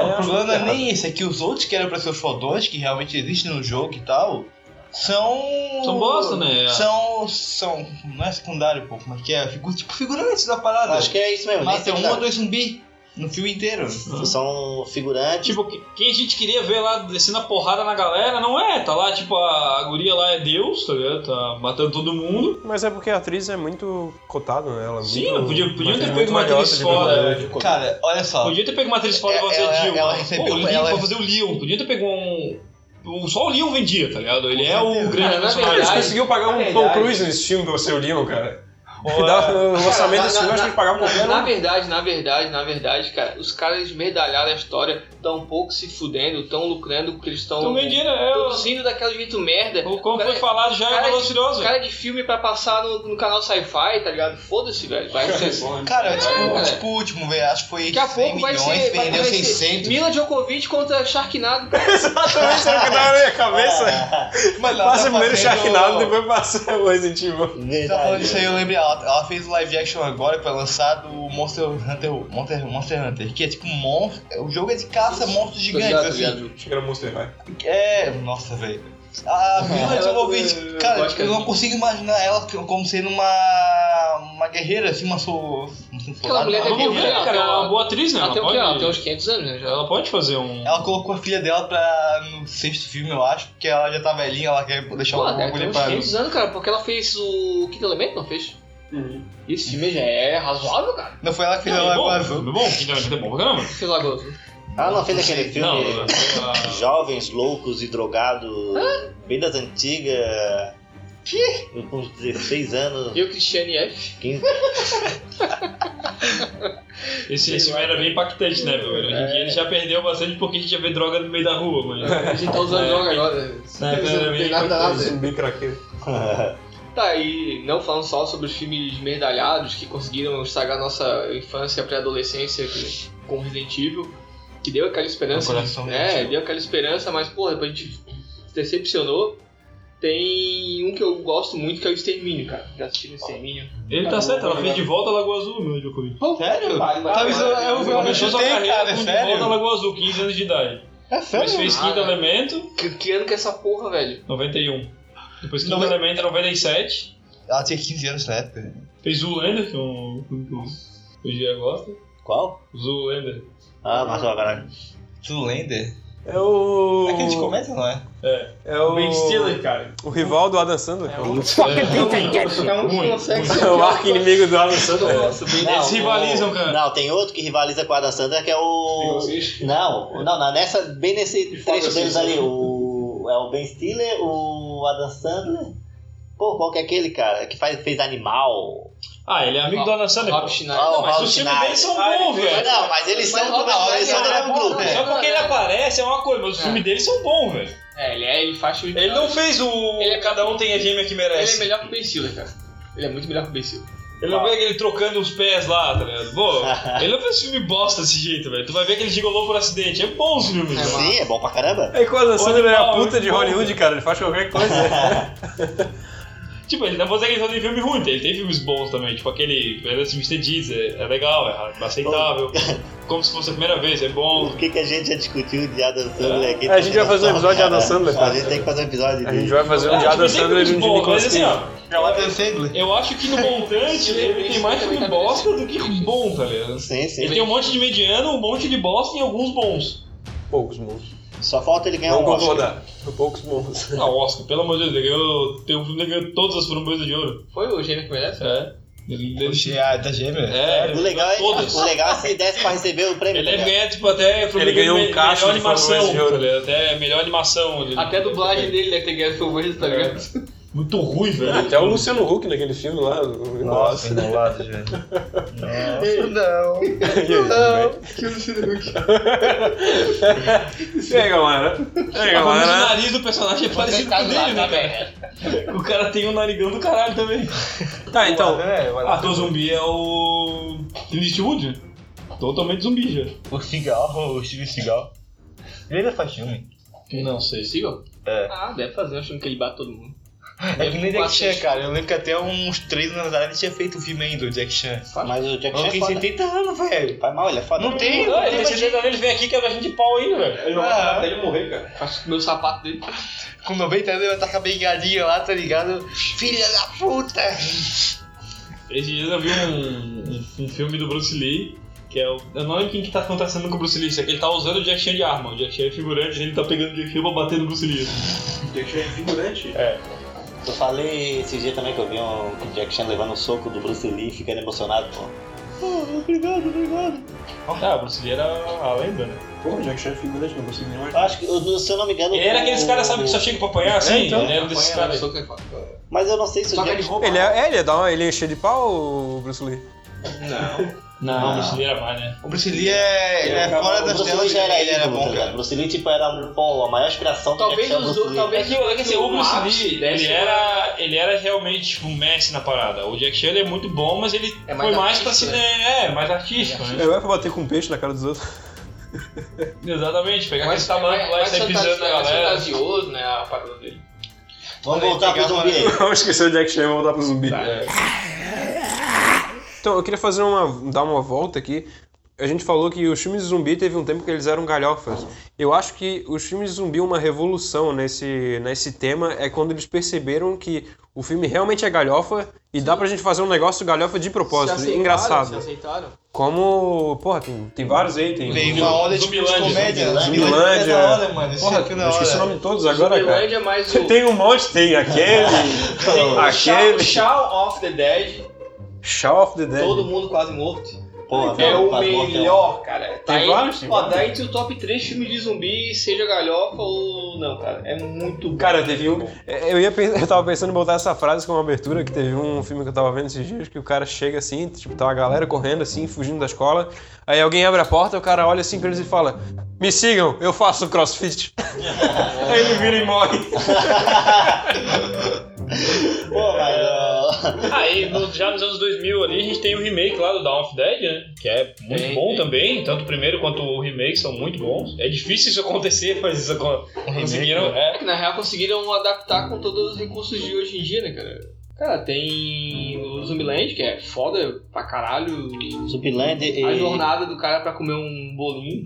S1: É,
S5: o problema
S1: acho que
S5: não é nem esse, é que os outros que eram pra ser os fodões, que realmente existem no jogo e tal, são.
S4: São bosta, né?
S5: São. são. não é secundário, pô, mas que é? Figu- tipo figurantes da parada.
S3: Acho que é isso mesmo. nem
S5: Mata
S3: sei
S5: um
S3: nada.
S5: ou dois zumbi. No filme inteiro.
S3: Tu são figurante.
S4: Tipo, que- quem a gente queria ver lá descendo a porrada na galera, não é, tá lá, tipo, a, a guria lá é Deus, tá ligado? Tá matando todo mundo.
S1: Mas é porque a atriz é muito cotada, né? Ela é
S4: Sim,
S1: muito,
S4: não podia, podia
S1: atriz
S4: ter
S1: muito
S4: pego uma atriz
S1: valiosa de
S4: fora.
S1: verdade.
S5: Cara, olha só.
S4: Podia ter pego uma atriz fora
S5: É,
S4: pra fazer
S5: ela-
S4: Jill.
S5: ela
S4: Pô,
S5: recebeu-
S4: o Leon
S5: ela-
S4: pra fazer o Leon. Podia ter pego um. um- Só o Leon vendia, tá ligado? Ele é o
S5: certeza.
S4: grande
S2: Cara, na
S1: Eles
S2: verdade,
S4: personagem.
S1: conseguiu pagar um
S2: Aliás.
S1: Tom Cruise nesse filme pra ser o Leon, cara. Dá- o
S2: Cara,
S1: orçamento
S2: na-
S1: desse filme, acho
S2: na-
S1: que eles pagavam
S2: na-
S1: qualquer
S2: Na
S1: um.
S2: verdade, na verdade, na verdade, cara, os caras medalharam a história, tão pouco se fudendo, tão lucrando porque eles estão
S4: Então vendia, é.
S2: produzindo daquele jeito merda.
S4: Como foi falado já, é
S2: cara-
S4: Velociriosa.
S2: Cara de filme pra passar no, no canal Sci-Fi, tá ligado? Foda-se, velho. Vai ser bom.
S5: Cara, tipo,
S2: cara.
S5: tipo, o último, velho, acho que foi
S2: Daqui a
S5: 100
S2: pouco vai
S5: milhões,
S2: ser. Vai,
S5: vendeu
S2: vai ser
S5: 600.
S2: Mila Djokovic contra Sharknado.
S1: Exatamente, era o que dava na minha cabeça.
S5: Mas ela
S1: Passa
S5: tá
S1: primeiro o
S5: fazendo-
S1: Sharknado, depois passa o Resident Evil.
S5: Tá falando
S3: Verdade.
S5: disso aí, eu lembrei, ela, ela fez o live action agora pra lançar do Monster Hunter, Monster, Monster Hunter, que é tipo um monstro, o jogo é de caça monstros gigantes,
S2: Tá
S5: assim.
S1: Achei que era Monster High.
S5: É, nossa, velho. A Mila
S2: Ela-
S5: Jovovich,
S2: eu
S5: cara,
S2: gosto
S5: tipo, eu não
S2: que-
S5: consigo imaginar ela como sendo uma uma guerreira, assim, uma so...
S2: Aquela mulher
S5: não,
S2: deve-
S4: Vamos
S5: não,
S4: ver,
S2: ela
S4: cara,
S2: Ah, tem
S4: ela é uma
S2: uma-
S4: boa atriz, né? Ela
S2: Até o que? Até
S4: pode-
S2: uns 500 anos, né? Já.
S4: Ela pode fazer um.
S5: Ela colocou a filha dela pra no sexto filme, eu acho, porque ela já tá velhinha, ela quer deixar
S2: Pô,
S5: o
S2: deve ter
S5: bagulho
S2: uns
S5: pra...
S2: 500 anos, cara, porque ela fez o Quinto Elemento, não fez? Esse filme já é razoável, cara.
S5: Não foi ela que fez
S4: Não,
S5: ela
S4: é bom,
S5: agora,
S4: é bom, Quinto Elemento é bom pra caramba.
S2: Fez lá agora.
S5: Ah,
S3: Ela não fez aquele
S4: Não,
S3: filme
S4: ela-
S3: Jovens Loucos e Drogados, bem das antigas. Com uns 16 anos,
S2: E o Christiane F.
S3: 15.
S4: Esse, esse filme era bem impactante, né, meu? Hoje em dia ele já perdeu bastante porque a gente já vê droga no meio da rua, mas.
S2: A gente tá
S5: É.
S2: usando droga agora. né? Não tem nada a
S5: assim.
S2: ver.
S1: Zumbi craqueiro.
S2: Tá, e não falando só sobre os filmes merdalhados que conseguiram estragar nossa infância e pré-adolescência que- com Resident Evil, que deu aquela esperança.
S5: Meu coração
S2: é,
S5: doente.
S2: deu aquela esperança, mas porra, depois a gente se decepcionou. Tem um que eu gosto muito que é o Extermínio, cara. Já assistiram Extermínio?
S4: Ele tá certo, ela fez de volta a Lagoa Azul, meu
S2: Então,
S4: Djokovic.
S5: Sério? Tá, isso é o
S4: Ela começou sua
S5: tem, cara,
S4: carreira
S5: é
S4: com de
S5: sério?
S4: volta a Lagoa Azul, 15 anos de idade.
S5: É
S4: Mas
S5: sério?
S4: fez
S2: Cara.
S4: Quinto Elemento,
S2: Que, que ano que é essa porra, velho?
S4: 91. Depois Quinto
S5: Nove-
S4: Elemento, 97.
S5: Ela tinha 15 anos na época.
S4: Fez Zoolander, que é um filme que o- o Gia gosta.
S3: Qual?
S4: Zoolander.
S3: Ah, mas ó, caralho.
S5: Zoolander?
S1: É o.
S5: É que a gente começa, não é?
S4: É.
S1: É o.
S4: Ben Stiller, cara.
S1: O rival do Adam Sandler.
S2: É um que
S4: Ruim.
S2: consegue
S1: É o arco inimigo do Adam Sandler.
S2: Nossa, bem
S3: Não,
S4: Eles rivalizam,
S3: o-
S4: cara.
S3: Não, tem outro que rivaliza com a Adam Sandler, que é o. Não,
S1: É.
S3: não, não, nessa, bem nesse trecho
S2: Foda-se,
S3: deles
S2: né?
S3: ali, o, é o Ben Stiller, o Adam Sandler. Pô, qual que é aquele, cara? Que faz, fez animal.
S4: Ah, ele é amigo do Adam Sandler.
S2: Rob
S4: pô.
S2: Schneider.
S3: Ah,
S2: Não,
S3: o
S2: mas
S4: Mas
S3: Rob
S4: os filmes
S3: Schneider.
S4: deles são
S2: Ah, ele
S4: bons,
S2: fez-
S4: velho.
S3: Não, mas eles
S2: Mas
S3: são do
S2: Rob
S3: não, eles são do
S2: Schneider é
S3: mesmo
S2: bom,
S3: grupo.
S2: né?
S4: Só porque ele aparece é uma coisa, mas os
S2: É.
S4: filmes deles são bons, velho.
S2: É, ele, é, ele faz o.
S4: Ele não fez o.
S2: Ele é-
S4: Cada um tem a gêmea que
S2: Ele é
S4: merece. Ele,
S2: melhor que o Ben Stiller, cara. Ele é muito melhor que o Ben Stiller.
S4: não vê aquele trocando os pés lá, tá ligado? Pô, ele não fez filme bosta desse jeito, velho. Tu vai ver que ele gigolou por acidente. É bom os filmes, velho.
S3: Sim, é bom pra caramba.
S1: É que o Adam Sandler é a
S4: rival,
S1: puta de
S4: muito bom,
S1: Hollywood, cara. Ele faz qualquer coisa.
S4: Tipo, ele não consegue fazer filme ruim, tá? ele tem filmes bons também. Tipo aquele. Ele é Mr. Deeds, é, é legal, é aceitável. Como se fosse a primeira vez, é bom.
S3: O que, que a gente já discutiu de Adam Sandler aqui?
S1: A gente vai fazer um episódio de Adam Sandler,
S3: A
S1: cara.
S3: gente tem que fazer um episódio
S1: A
S3: de.
S1: gente vai fazer um de
S4: Ah,
S1: Adam
S4: tipo, tem
S1: Sandler e um
S4: filmes
S1: de
S4: bons,
S1: Nicolas
S4: Mas assim,
S1: Cage.
S4: ó.
S5: É o Adam Sandler.
S4: Eu acho que no montante ele tem mais filme bosta do que bom, tá ligado?
S3: Sim, sim.
S4: Ele tem um monte de mediano, um monte de bosta e alguns bons.
S1: Poucos bons.
S3: Só falta ele ganhar
S1: Não
S3: um Oscar.
S1: concordar. Poucos bons.
S4: Ah, Oscar, pelo amor de Deus, ele ganhou, tem um filme que ganhou todas as framboesas de ouro.
S2: Foi o gênio que merece?
S4: É. Ele, ele,
S5: Oxe, a da gêmea?
S4: é,
S3: O legal, é,
S4: todas.
S3: o legal é se ele desse pra receber o prêmio.
S4: Ele
S3: tá
S1: é
S4: deve
S3: ligado?
S4: ganhar, tipo, até
S1: Ele ganhou um
S4: me-
S1: cacho
S4: melhor
S1: de
S4: animação.
S1: Framboesa de Ouro.
S4: tá ligado? Até melhor animação. ele-
S2: Até a dublagem dele né, deve ter ganhado favorito, tá ligado?
S4: Muito ruim, velho.
S1: Até o Luciano Huck naquele filme lá. o-
S5: Nossa, enrolado, gente. Não.
S1: E aí, tudo bem? E aí, galera? E aí,
S4: Mas o
S1: galera?
S4: nariz do personagem é parecido com o dele, né,
S2: velho?
S4: cara? O cara tem um narigão do caralho também.
S1: Tá, então.
S5: né?
S4: Ah, teu zumbi é o. Clint Eastwood? Totalmente zumbi já.
S5: O Cigal, o Steve Cigal. Ele ainda faz filme.
S4: Não sei.
S2: Possível?
S5: É.
S2: Ah, deve fazer, achando que ele bate todo mundo.
S5: É que nem
S2: Quatro,
S5: Jack Chan,
S2: seis.
S5: cara. Eu lembro que até uns 3 anos atrás ele tinha feito o filme ainda, o Jack Chan.
S3: Mas o Jack
S5: Ele
S3: Chan é
S5: tem
S3: foda.
S5: 70 anos, velho.
S3: Faz mal, ele é foda.
S5: Não tem,
S4: Não,
S5: não
S4: ele
S5: tem mais
S4: precisa dele vem aqui que a gente de pau ainda, velho.
S1: Ele
S5: não vai matar até
S1: ele morrer, cara.
S2: Faço com o meu sapato dele.
S5: Com 90 anos eu tava com a bengalinha lá, tá ligado? Filha da puta!
S4: Esse dia eu vi um, um, um filme do Bruce Lee. que Que é o. Eu não lembro quem que tá acontecendo com o Bruce Lee, se é que ele tá usando o Jack Chan de arma. O Jack Chan é figurante, ele tá pegando o Jack Chan pra bater no Bruce Lee.
S2: figurante?
S3: Eu falei esse dia também que eu vi um que o Jack Chan levando um soco do Bruce Lee ficando emocionado. Pô. Oh, obrigado, obrigado.
S4: Ah, o Bruce Lee era a lenda, né?
S1: Pô, Jack Chan é figurante, não consigo nem
S3: Eu acho que, eu- se eu não me engano.
S4: Ele era aqueles
S3: o-
S4: caras, sabe, que só chega pra apanhar, assim?
S1: É, então.
S4: ele era desses caras. aí.
S3: Mas eu não sei se o
S2: Só que ele
S3: Jack
S2: rouba.
S1: Ele é, é, ele é, da, ele é cheio de pau, o Bruce Lee.
S2: Não.
S4: Não, o Bruce Lee era mais, né?
S5: O Bruce Lee é, ele é fora das
S3: Bruce Lee
S5: telas,
S3: já era
S5: ele era
S3: ídolo, tá
S5: bom,
S3: ligado?
S5: cara.
S3: Bruce Lee, tipo, era pô, a maior inspiração do
S2: Talvez
S3: Jack Chan,
S2: os
S3: Bruce
S2: dois,
S3: Lee.
S2: talvez
S4: É que, é que assim, o Bruce Lee, ele era, ele era realmente tipo um Messi na parada. O Jack Chan ele é muito bom, mas ele
S2: É mais
S4: foi mais pra
S2: artístico,
S4: cima. É, mais artístico, né?
S1: Ele vai pra bater com um peixe na cara dos outros.
S4: Exatamente, pegar
S2: Mas
S4: aquele tamanho lá e sair pisando na galera.
S2: fantasioso, né? A parada dele.
S3: Vamos voltar pro
S5: Pegava-
S3: zumbi aí.
S1: Vamos esquecer o Jack Chan e voltar pro zumbi.
S5: Tá.
S2: É.
S1: Então, eu queria fazer uma, dar uma volta aqui. A gente falou que os filmes de zumbi teve um tempo que eles eram galhofas. Eu acho que os filmes de zumbi, uma revolução nesse, nesse tema, é quando eles perceberam que o filme realmente é galhofa e dá pra gente fazer um negócio galhofa de propósito,
S2: Se aceitaram, Se
S1: engraçado.
S2: aceitaram.
S1: Como. Porra, tem, tem vários aí, tem.
S5: Veio uma onda de
S4: Zumbilândia,
S5: de comédia.
S3: Zumbilândia.
S5: é da hora, mano. Esse
S1: Porra,
S5: filme é
S1: eu
S5: da
S1: esqueci o
S5: hora.
S1: nome de todos agora, cara.
S2: Zumbilândia é mais o...
S1: Tem um monte, tem aquele.
S5: um
S2: Shaun-
S1: aquele.
S2: Shaun of the Dead,
S1: Shaw of the Dead.
S2: Todo Mundo Quase Morto.
S3: Pô,
S2: é
S3: não,
S2: o
S3: quase morto,
S2: melhor, cara. Tá
S1: Tem
S2: aí,
S1: vários, tem
S2: Ó,
S1: vários.
S2: dá entre o top 3 filmes de zumbi, seja galhofa ou não, cara. É muito bom.
S1: Cara, teve um. é, Eu, ia, pen- eu tava pensando em botar essa frase como abertura, que teve um filme que eu tava vendo esses dias, que o cara chega assim, tipo, tá uma galera correndo assim, fugindo da escola. Aí alguém abre a porta, o cara olha assim pra eles e fala: Me sigam, eu faço crossfit. aí ele vira e morre.
S3: Pô, mas, ó,
S4: Aí, Ah, no- já nos anos 2000 ali, a gente tem o remake lá do Dawn of the Dead, né? Que é muito
S2: Tem,
S4: bom
S2: tem.
S4: também, tanto o primeiro quanto o remake são muito bons. É difícil isso acontecer, mas isso acon-
S1: Um
S4: conseguiram.
S1: né?
S4: É.
S2: É que na real conseguiram adaptar com todos os recursos de hoje em dia, né, cara? Cara, tem o Zumbiland, que é foda pra caralho.
S3: Zumbiland uh, e...
S2: A jornada do cara pra comer um bolinho.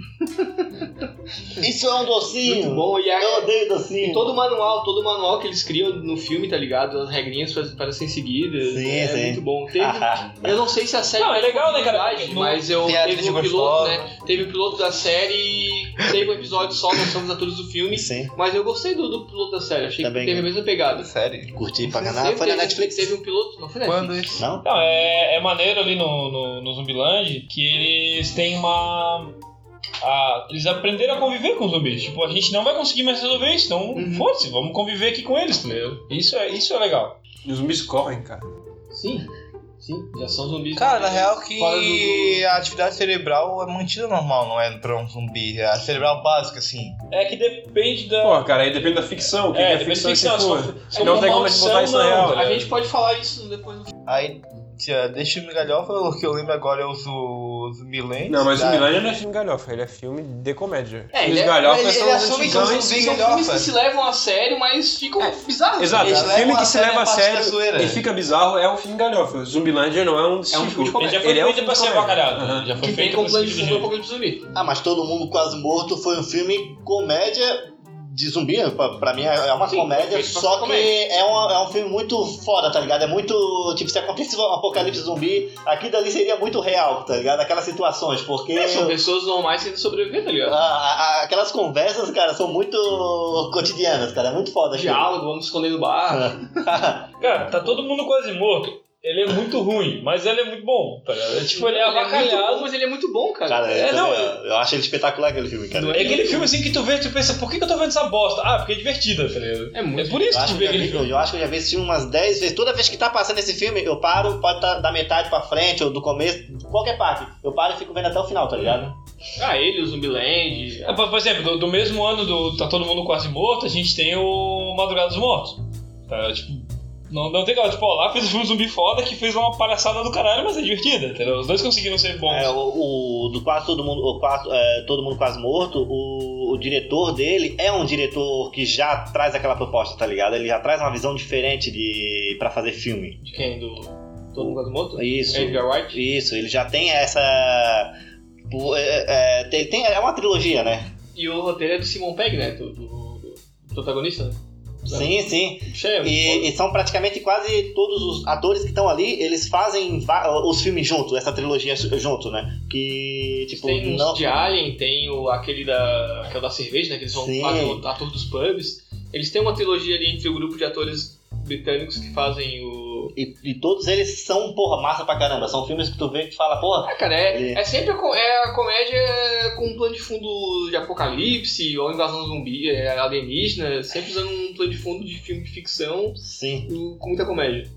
S3: Isso é um docinho.
S2: Muito bom. E, a-
S3: Eu odeio
S2: e
S3: docinho.
S2: todo o manual, todo o manual que eles criam no filme, tá ligado? As regrinhas pra, para serem seguidas.
S3: Sim,
S2: é
S3: sim. Ah.
S2: muito bom. Teve, eu não sei se a série.
S4: Não, é legal, né, cara?
S2: verdade, Mas eu
S5: Tem a
S2: teve
S5: atriz
S2: um piloto,
S5: gostosa.
S2: né? Teve um piloto da série. Teve um episódio só, não somos atores do um filme.
S3: Sim,
S2: Mas eu gostei do, do piloto da série, achei
S3: Também.
S2: que teve a mesma pegada.
S5: É Sério.
S3: curti pra
S2: Sempre
S3: caralho. Foi na
S2: teve-
S3: Netflix?
S2: Teve um piloto, não foi na
S5: Quando
S2: Netflix?
S5: isso?
S3: Não?
S4: Não, é, é maneiro ali no, no, no Zumbiland que eles têm uma. a- eles aprenderam a conviver com os zumbis. Tipo, a gente não vai conseguir mais resolver isso, então
S2: Uhum.
S4: foda-se, vamos conviver aqui com eles, entendeu? Isso é, isso é legal.
S1: E os zumbis correm, cara.
S2: Sim, sim, já são zumbis.
S5: Cara, na real
S2: é Fora do-
S5: que a atividade cerebral é mantida normal, não é pra um zumbi. É a cerebral básica, assim.
S4: É que depende da.
S1: Pô, cara, aí depende da ficção. O que
S4: é,
S1: é,
S4: depende
S1: ficção,
S4: da ficção.
S1: que
S4: se
S1: for.
S4: for- se for
S1: Não
S4: uma
S1: tem como a gente botar
S4: maldição,
S1: isso na
S4: não,
S1: real. né?
S4: tá
S2: A
S4: ligado?
S2: gente pode falar isso depois no
S5: Aí, tia, deixa o migalhofa, o que eu lembro agora é o Zu- Zumbiland.
S1: Não, mas o
S5: cara.
S1: Milândia não é filme galhofa, ele é filme de comédia.
S2: É,
S1: os
S2: ele é-
S1: galhofas
S5: ele-
S1: são
S5: ele
S1: os
S5: assume que
S1: antigão.
S5: é um
S2: São
S5: zumbi
S2: filmes
S5: galhofa.
S2: que se levam a sério, mas ficam bizarros.
S1: Exato,
S5: Eles
S1: filme
S5: levam
S1: que
S5: a
S1: se
S5: sério
S1: leva
S5: a
S1: a
S5: parte da
S1: sério
S5: zoeira.
S1: e fica bizarro é um filme galhofa. Zumbilândia não é um dos
S2: É um filme de
S4: Ele
S2: comédia.
S4: já foi
S1: Ele é um
S4: feito pra
S1: filme
S4: ser
S1: comédia.
S4: avacalhado.
S1: Aham.
S4: né? Já foi
S2: Que tem
S4: feito pra
S2: como
S4: ser
S2: plano de zumbi, um
S4: dividido.
S2: pouco de zumbi.
S3: Ah, mas Todo Mundo Quase Morto foi um filme comédia de zumbi. Pra, pra mim é uma
S2: Sim,
S3: comédia,
S2: perfeito pra
S3: só
S2: ser
S3: que
S2: comédia.
S3: É, um, é um filme muito foda, tá ligado? É muito. Tipo, se acontecesse um apocalipse zumbi, aqui dali seria muito real, tá ligado? Aquelas situações, porque.
S2: É, são pessoas normais tentando sobreviver, tá ligado?
S3: a- a- aquelas conversas, cara, são muito cotidianas, cara. É muito foda, acho.
S2: Diálogo, vamos esconder no bar.
S4: Cara, tá todo mundo quase morto. Ele é muito ruim, mas ele é muito bom. Tá ligado? É, tipo, ele é
S2: muito bom,
S4: avacalhado.
S2: mas ele é muito bom, cara.
S3: Cara,
S4: É,
S3: eu,
S4: não,
S3: eu, acho ele espetacular aquele filme, cara.
S2: Não
S4: É aquele filme assim que tu vê e tu pensa, por que, que eu tô vendo essa bosta? Ah, porque é divertida, tá ligado?
S2: É
S4: É
S2: muito
S4: por isso
S3: Eu
S4: que
S3: acho, que
S4: tu vê
S3: eu, já
S4: aquele
S3: vi,
S4: filme.
S3: eu acho que eu já vi esse filme umas 10 vezes. Toda vez que tá passando esse filme, eu paro, pode estar da metade pra frente ou do começo, qualquer parte. Eu paro e fico vendo até o final, tá ligado?
S2: Ah, ele, o Zumbiland.
S4: É, Por por exemplo, do, do mesmo ano do Tá Todo Mundo Quase Morto, a gente tem o Madrugada dos Mortos. Tá, tipo, não, não tem aquela, tipo, ó, lá fez um filme zumbi foda que fez uma palhaçada do caralho, mas é divertida, entendeu? Os dois conseguiram ser bons.
S3: É, o, o- do quase todo mundo, o quase, é, todo mundo quase morto, o, o diretor dele é um diretor que já traz aquela proposta, tá ligado? Ele já traz uma visão diferente de para fazer filme.
S2: De quem? Do Todo Mundo Quase Morto?
S3: É Isso.
S2: Edgar Wright?
S3: Isso, ele já tem essa pô, é, é, tem, tem- é uma trilogia, né?
S2: E o roteiro é do Simon Pegg, né? Do, do- do protagonista. né?
S3: Sim, sim.
S2: Cheio.
S3: E, e são praticamente quase todos os atores que estão ali, eles fazem va- os filmes junto, essa trilogia su- junto, né? Que, tipo,
S2: tem uns
S3: não...
S2: de Alien, tem o, aquele da, aquele da cerveja, né? Que eles vão
S3: Sim.
S2: fazer o ator dos pubs. Eles têm uma trilogia ali entre o grupo de atores britânicos que fazem o.
S3: E, e todos eles são, porra, massa pra caramba. São filmes que tu vê que tu fala, porra,
S2: Ah, cara,
S3: É.
S2: é, é sempre a, co- é a comédia com um plano de fundo de apocalipse ou invasão zumbi, é, alienígena, sempre usando um plano de fundo de filme de ficção
S3: sim.
S2: com muita comédia.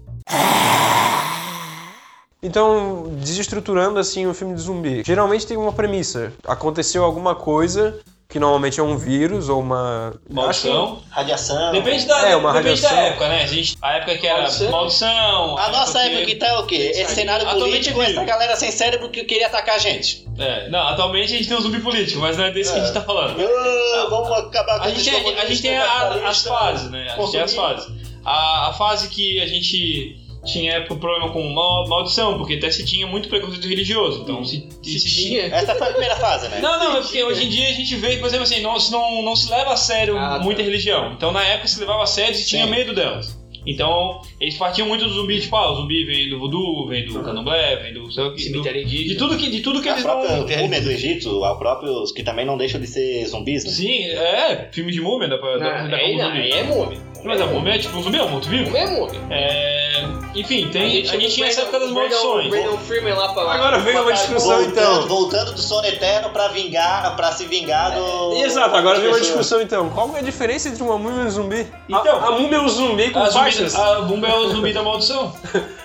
S1: Então, desestruturando assim o filme de zumbi, geralmente tem uma premissa. Aconteceu alguma coisa, que normalmente é um vírus ou uma. Acho
S4: Maldição.
S3: Radiação.
S4: Depende da,
S1: É, uma
S4: depende da
S1: radiação.
S4: época, né? A, gente, a época que era
S2: Maldição.
S4: maldição.
S3: A nossa época aqui tá o quê? Esse cenário
S4: um Atualmente
S3: político,
S4: vive.
S3: essa galera sem cérebro que queria atacar a gente.
S4: É, não, atualmente a gente tem um zumbi político, mas não é desse que a gente tá falando.
S3: Ah, vamos acabar com
S4: A
S3: esses
S4: gente, é- a, a gente
S3: comunistas,
S4: tem a- as
S3: capitalistas.
S4: fases, né? A gente tem as
S3: consumir.
S4: fases. A, a fase que a gente tinha época problema com mal- maldição, porque até se tinha muito preconceito religioso. Então, se,
S2: Se
S4: se
S2: tinha.
S3: Essa foi a primeira fase, né?
S4: Não, não, é porque hoje em dia a gente vê, por exemplo, assim, não, se não, não se leva a sério
S2: Ah, tá.
S4: muita religião. Então na época se levava a sério e se tinha
S3: Sim.
S4: medo delas. Então eles partiam muito do zumbi, tipo, ah, o zumbi vem do voodoo, vem
S2: Uhum.
S4: do candomblé, vem do sei lá o que. do-
S2: Cemitério indígena.
S4: De tudo que, de tudo que
S3: A
S2: É,
S4: eles não.
S3: própria múmia do Egito, a própria, os que também não deixam de ser zumbis, né?
S4: Sim, é, filme de múmia, dá pra,
S2: Não,
S4: dá pra considerar
S2: é,
S4: como
S2: não,
S4: zumbi.
S2: é múmia.
S4: Mas a múmia é tipo um zumbi, é um morto vivo.
S2: Múmia é múmia.
S4: É, enfim, tem, a gente, tinha essa época das
S2: Brandon-
S4: maldições.
S2: Brandon Freeman lá pra lá.
S1: Agora vem uma discussão
S3: Voltando,
S1: então.
S3: voltando do sono eterno pra vingar, pra se vingar do.
S4: É,
S1: Exato, agora vem uma
S3: Pessoa.
S1: discussão então. Qual é a diferença entre uma múmia e um zumbi?
S4: Então,
S1: a, a múmia é um zumbi com
S4: A
S1: faixas.
S4: zumbi, a Bumba é o zumbi da maldição.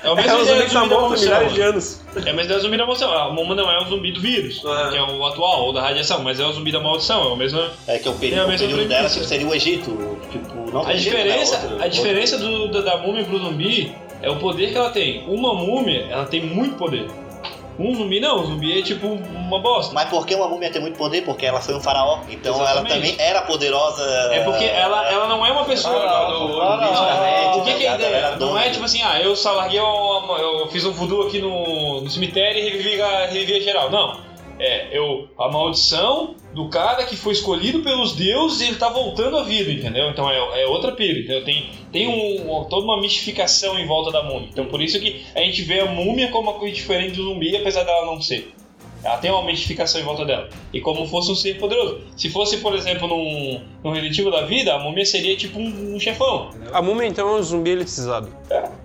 S4: É o
S1: É
S4: mesmo
S1: um
S4: ideia
S1: zumbi
S4: do
S1: que tá morto há milhares de
S4: maldição.
S1: anos.
S4: É, mas não é o zumbi da maldição. A Mumba não é o zumbi do vírus,
S1: É.
S4: que é o atual, ou da radiação, mas é o zumbi da maldição. É o mesmo.
S3: É que o
S4: É a
S3: período, o
S4: mesma
S3: período dela
S4: premissa.
S3: tipo, seria o Egito. Tipo, não
S4: A
S3: o Egito, né?
S4: diferença,
S3: Outro-
S4: a diferença do, da, da múmia pro zumbi é o poder que ela tem. Uma múmia, ela tem muito poder. Um zumbi não, um zumbi é tipo uma bosta.
S3: Mas por que uma múmia tem muito poder? Porque ela foi um faraó. Então
S4: Exatamente.
S3: ela também era poderosa. Ah,
S4: É porque ela, ela não é uma pessoa.
S2: Faraó,
S4: do- do- do
S2: faraó.
S4: vídeo,
S3: tá
S4: né? O que, que é a
S3: Galera,
S4: ideia?
S3: galera
S4: Não é
S3: doida.
S4: tipo assim, ah, eu só larguei, uma- eu fiz um voodoo aqui no, no cemitério e revivi, a- revivi a geral. Não. É, eu, a maldição do cara que foi escolhido pelos deuses e ele tá voltando à vida, entendeu? Então é, é outra pira, entendeu? Tem, tem um, toda uma mistificação em volta da múmia. Então por isso que a gente vê a múmia como uma coisa diferente do zumbi, apesar dela não ser. Ela tem uma mistificação em volta dela. E como fosse um ser poderoso. Se fosse, por exemplo, num, num Relativo da Vida, a múmia seria tipo um, um chefão.
S1: A múmia então é um zumbi elitizado.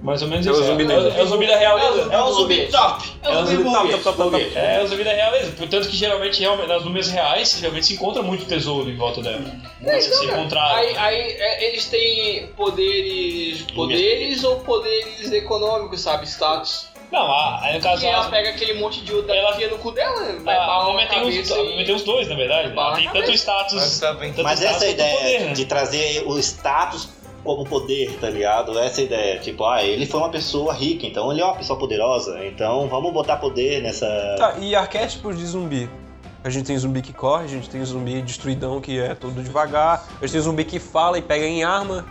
S4: Mais ou menos
S1: É o
S4: isso.
S1: zumbi
S4: é,
S1: da-
S4: é o zumbi da realeza.
S2: É o zumbi top. É o
S1: top,
S2: zumbi
S4: tá
S2: burguês.
S1: top, top, top.
S2: Burguês.
S4: É o zumbi da realeza. Portanto que geralmente, realmente, nas múmias reais, geralmente se encontra muito tesouro em volta dela.
S2: Não,
S4: se você
S2: cara.
S4: encontrar...
S2: Aí, aí, é, eles tem poderes. poderes ou poderes econômicos, sabe? Status.
S4: Não, a, aí no caso...
S2: E ela
S4: Ela,
S2: pega aquele monte de uda
S4: Ela- Ah,
S2: enfia no cu dela, né? vai
S4: a,
S2: pra
S4: a
S2: uma
S4: múmia tem os,
S2: cabeça.
S4: a múmia tem os dois, na verdade. Ela
S2: Bala na
S4: tem tanto
S2: cabeça.
S4: status... tanto
S3: Mas essa é a
S4: status quanto tá poder,
S3: ideia
S4: né?
S3: de trazer o status como poder, tá ligado? Essa é a ideia. Tipo, ah, ele foi uma pessoa rica, então ele é uma pessoa poderosa. Então vamos botar poder nessa.
S1: Tá, e arquétipos de zumbi? A gente tem zumbi que corre, a gente tem zumbi destruidão que é todo devagar, a gente tem zumbi que fala e pega em arma.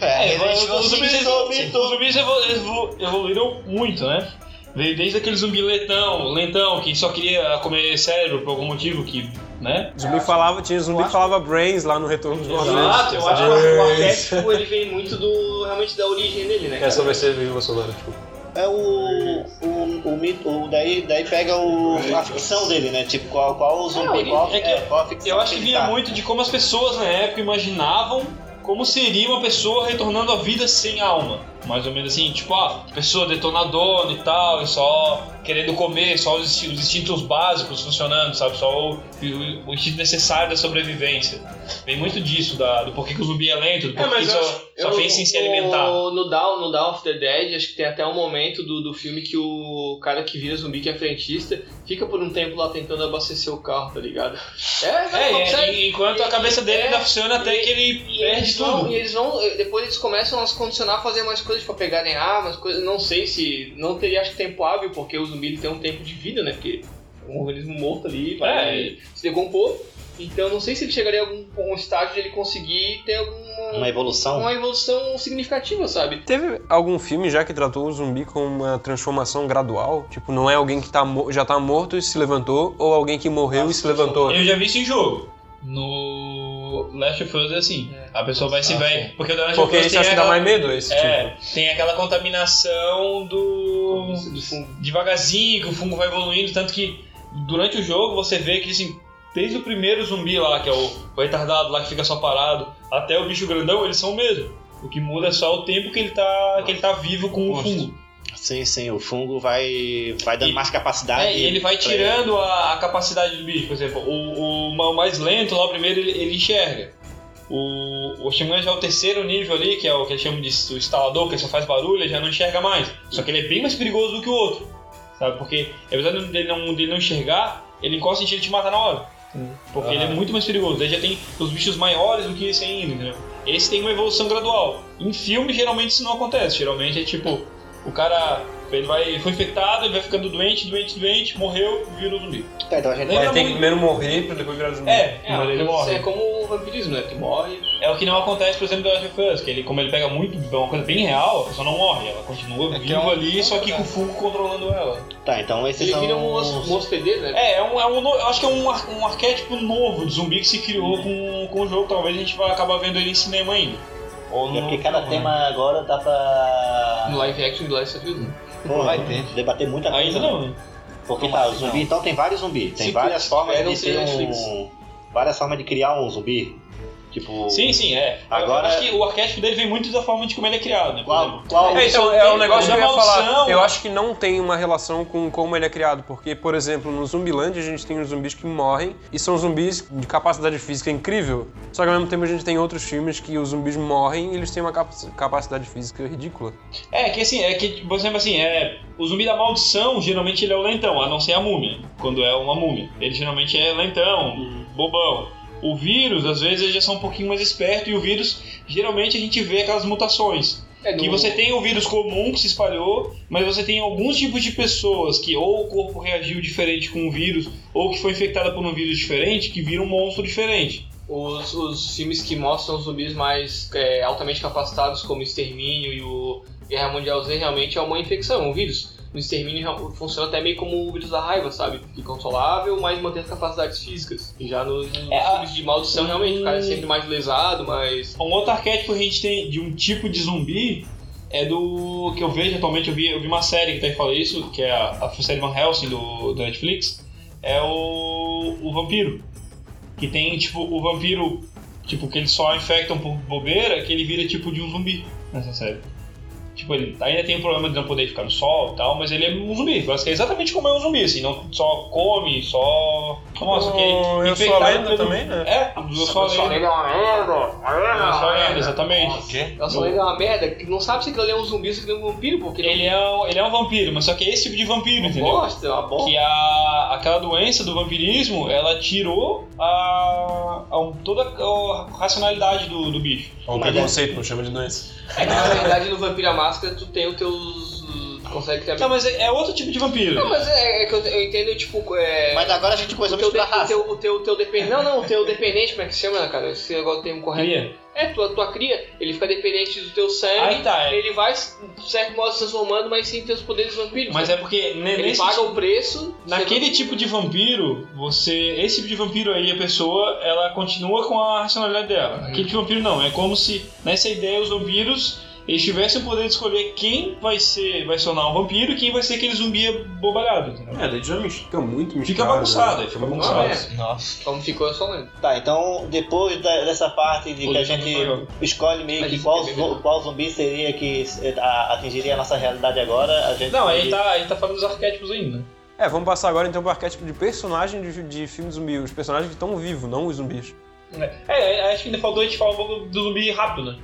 S4: É,
S5: É,
S4: mas
S5: Resident Evil
S4: os zumbis,
S5: sim,
S4: eles-
S5: sim.
S4: os zumbis evol- evol- evoluíram muito, né? Veio desde aquele zumbi lentão, lentão, que só queria comer cérebro por algum motivo, que, né?
S1: Zumbi falava, tinha zumbi que falava brains lá no Retorno dos Mortos.
S2: eu acho que o arquétipo ele vem muito do. realmente da origem dele, né?
S1: vai ser vírgula sonora, desculpa.
S3: É o. o, o mito. o- daí, daí pega o, a ficção dele, né? Tipo, qual, qual o
S2: Não,
S3: zumbi,
S2: ele-
S3: qual,
S4: é que-
S3: é, qual a ficção.
S4: Eu acho que
S3: ele
S4: vinha
S3: tá.
S4: muito de como as pessoas na época imaginavam como seria uma pessoa retornando à vida sem alma. Mais ou menos assim, tipo, ah, pessoa detonadona e tal, e só querendo comer, só os insti- os instintos básicos funcionando, sabe? Só o, o- o instinto necessário da sobrevivência. Vem muito disso, da- do porquê que o zumbi é lento, do
S2: É,
S4: porquê
S2: mas
S4: que
S2: eu
S4: só, só pensa em se alimentar.
S2: No, no Down, no Down of the Dead, acho que tem até um momento do, do filme que o cara que vira zumbi, que é frentista, fica por um tempo lá tentando abastecer o carro, tá ligado? É,
S4: É,
S2: não,
S4: é,
S2: sério.
S4: e- enquanto a cabeça dele
S2: É,
S4: ainda funciona até
S2: e-
S4: que ele
S2: E
S4: perde
S2: eles vão,
S4: tudo.
S2: e eles vão, eh, depois eles começam a se condicionar a fazer mais coisas, tipo, a pegarem armas, coisas, não sei se, não teria acho que tempo hábil, porque o zumbi ele tem um tempo de vida, né, porque é um organismo morto ali, vai
S4: É.
S2: se decompor, então não sei se ele chegaria a algum um estágio de ele conseguir ter alguma
S3: Uma evolução.
S2: uma evolução significativa, sabe?
S1: Teve algum filme já que tratou o zumbi com uma transformação gradual? Tipo, não é alguém que tá mo- já tá morto e se levantou, ou alguém que morreu e se levantou?
S4: Eu já vi isso em jogo. No. o Last of Us é assim. A pessoa vai se
S5: Ah,
S4: vai. Porque o The Last
S1: Porque
S4: of Us
S1: esse
S4: tem
S1: acho que dá
S4: aquela,
S1: mais medo, esse
S4: é,
S1: tipo.
S4: tem aquela contaminação do.
S2: Do fundo.
S4: devagarzinho, que o fungo vai evoluindo, tanto que durante o jogo você vê que assim, desde o primeiro zumbi lá, que é o, o retardado lá que fica só parado, até o bicho grandão, eles são o mesmo. O que muda é só o tempo que ele tá, que ele tá vivo com o
S5: Gosto.
S4: fungo.
S3: Sim, sim, o fungo vai, vai dando
S4: E-
S3: mais capacidade.
S4: É, e ele vai tirando a, a capacidade do bicho, por exemplo, o, o ma- o mais lento lá, o primeiro, ele, ele enxerga. O, o Xamã já é o terceiro nível ali, que é o que eles chamam de s- o instalador, que ele só faz barulho, ele já não enxerga mais. Só que ele é bem mais perigoso do que o outro, sabe? Porque, apesar dele não, dele não enxergar, ele encosta em ti e ele te mata na hora. Porque ele é muito mais perigoso. Daí já tem os bichos maiores do que esse ainda, entendeu? Esse tem uma evolução gradual. Em filme, geralmente isso não acontece. Geralmente é tipo, o cara ele vai, foi infectado, ele vai ficando doente, doente, doente, morreu, vira um zumbi.
S3: Tá, então a gente
S4: Lembra
S1: Ele tem que
S4: muito-
S1: primeiro morrer pra depois virar zumbi.
S4: É,
S2: É,
S4: mas ele
S2: isso é
S4: morre.
S2: como o vampirismo, né? Tu morre.
S4: É o que não acontece, por exemplo, do Last of Us, que ele, como ele pega muito, é uma coisa bem real, a pessoa não morre, ela continua
S5: É que
S4: viva
S5: é um-
S4: ali, só que com o fungo controlando ela.
S3: Tá, então esses
S2: Ele
S3: são.
S2: vira um, hos- um hospedeiro, né?
S4: É, é um, é um no- eu acho que é um, ar- um arquétipo novo de zumbi que se criou com, com o jogo, talvez a gente vai acabar vendo ele em cinema ainda.
S5: Ou
S3: É
S5: no-
S3: porque cada
S5: não,
S3: tema
S5: né?
S3: agora dá pra.
S2: No live action do Last of Us. né?
S3: Porra,
S5: vai ter.
S3: debater muita coisa.
S4: Ainda não, né?
S3: Porque tá, o zumbi, então tem vários zumbis. Tem
S2: Se
S3: várias
S2: tiver,
S3: formas
S2: não
S3: de ter
S2: seria
S3: um.
S2: Netflix.
S3: Várias formas de criar um zumbi. Tipo.
S4: Sim, sim, é. Eu-
S3: Agora-
S4: Eu acho que o arquétipo dele vem muito da forma de como ele é criado, né? Por exemplo,
S3: Qual, qual
S1: É, então, é um
S4: tem-
S1: negócio que eu
S4: tem
S1: ia falar.
S4: maldição.
S1: Eu acho que não tem uma relação com como ele é criado, porque, por exemplo, no Zumbiland a gente tem os zumbis que morrem e são zumbis de capacidade física incrível. Só que ao mesmo tempo a gente tem outros filmes que os zumbis morrem e eles têm uma cap- capacidade física ridícula.
S4: É, que assim, é que, por exemplo, assim, é, o zumbi da maldição, geralmente ele é o lentão, a não ser a múmia, quando é uma múmia. Ele geralmente é lentão, bobão. O vírus, às vezes, eles já são um pouquinho mais esperto e o vírus, geralmente, a gente vê aquelas mutações.
S2: É, no-
S4: Que você tem o vírus comum que se espalhou, mas você tem alguns tipos de pessoas que ou o corpo reagiu diferente com o vírus, ou que foi infectada por um vírus diferente, que vira um monstro diferente.
S2: Os, os filmes que mostram zumbis mais é, altamente capacitados, como Extermínio e o Guerra Mundial Z, realmente é uma infecção, um vírus. O Extermínio real- funciona até meio como o vírus da raiva, sabe? Incontrolável, mas mantém as capacidades físicas. E já nos, nos
S4: É, a-
S2: filmes de maldição, realmente, o cara é sempre mais lesado, mas...
S4: Um outro arquétipo que a gente tem de um tipo de zumbi é do que eu vejo atualmente, eu vi, eu vi uma série que tá aí fala isso, que é a, a série Van Helsing do, do Netflix, é o, o vampiro. Que tem, tipo, o vampiro, tipo, que eles só infectam por bobeira, que ele vira tipo de um zumbi nessa série. Tipo, ele ainda tem o problema de não poder ficar no sol e tal, mas ele é um zumbi. Basicamente, exatamente como é um zumbi, assim, não só come, só. Nossa, que
S1: Oh, eu sou a
S4: infectado
S1: lenda
S4: pelo-
S1: também, né?
S4: É, eu sou a lenda.
S2: é uma merda!
S4: Eu sou a lenda, exatamente.
S5: O quê?
S2: Nossa, lenda é uma merda. que Não sabe se aquilo ali é um zumbi ou se aquilo é um vampiro, porque ele
S4: Ele é, um, ele é um vampiro, mas só que é esse tipo de vampiro,
S2: é uma
S4: entendeu?
S2: bosta, é uma bosta.
S4: Que a, aquela doença do vampirismo, ela tirou a, a um- toda a racionalidade do, do bicho.
S1: Ou
S3: Mas é-
S1: preconceito, não chama de doença.
S2: É que, na verdade, no Vampiro à Máscara, tu tem os teus... Tu consegue ter a
S4: Não, mas é, é outro tipo de vampiro.
S2: Não, mas é, é que eu, eu entendo, tipo, é...
S3: Mas agora a gente
S2: o
S3: começou a
S2: teu, de-
S3: misturar
S2: o
S3: raça.
S2: teu, o teu, o teu dependente... Não, não, o teu dependente, como é que chama, né, cara? Esse negócio tem um correto.
S4: Cria.
S2: É, tua, tua cria, ele fica dependente do teu
S4: Aí
S2: sangue,
S4: tá, é.
S2: ele vai, de certo modo, se transformando, mas sem ter os poderes vampiros.
S4: Mas é porque ne-
S2: Ele
S4: nesse
S2: paga
S4: tipo-
S2: o preço...
S4: naquele tipo de vampiro, você. Esse tipo de vampiro aí, a pessoa, ela continua com a racionalidade dela. Aquele tipo de vampiro não. É como se, nessa ideia, os vampiros. Eles tivessem o poder de escolher quem vai ser, vai sonar um vampiro e quem vai ser aquele zumbi abobalhado, entendeu?
S1: É, daí já fica muito
S4: Fica bagunçado, aí fica
S2: Não,
S4: bagunçado.
S2: é.
S5: Nossa.
S2: Como ficou, eu só lembro.
S3: Tá, então depois da- dessa parte de que a
S4: Olha,
S3: gente
S4: olha.
S3: escolhe meio
S2: Mas
S3: que
S2: isso
S3: qual,
S2: é bem
S3: zu- qual zumbi seria que eh, a- atingiria a nossa realidade agora, a gente.
S4: Não, aí tá, aí tá falando dos arquétipos ainda.
S1: É, vamos passar agora então pro arquétipo de personagem de, de filme zumbi. Os personagens que estão vivos, não os zumbis.
S4: É, é, acho que ainda faltou a gente falar um pouco do zumbi rápido, né?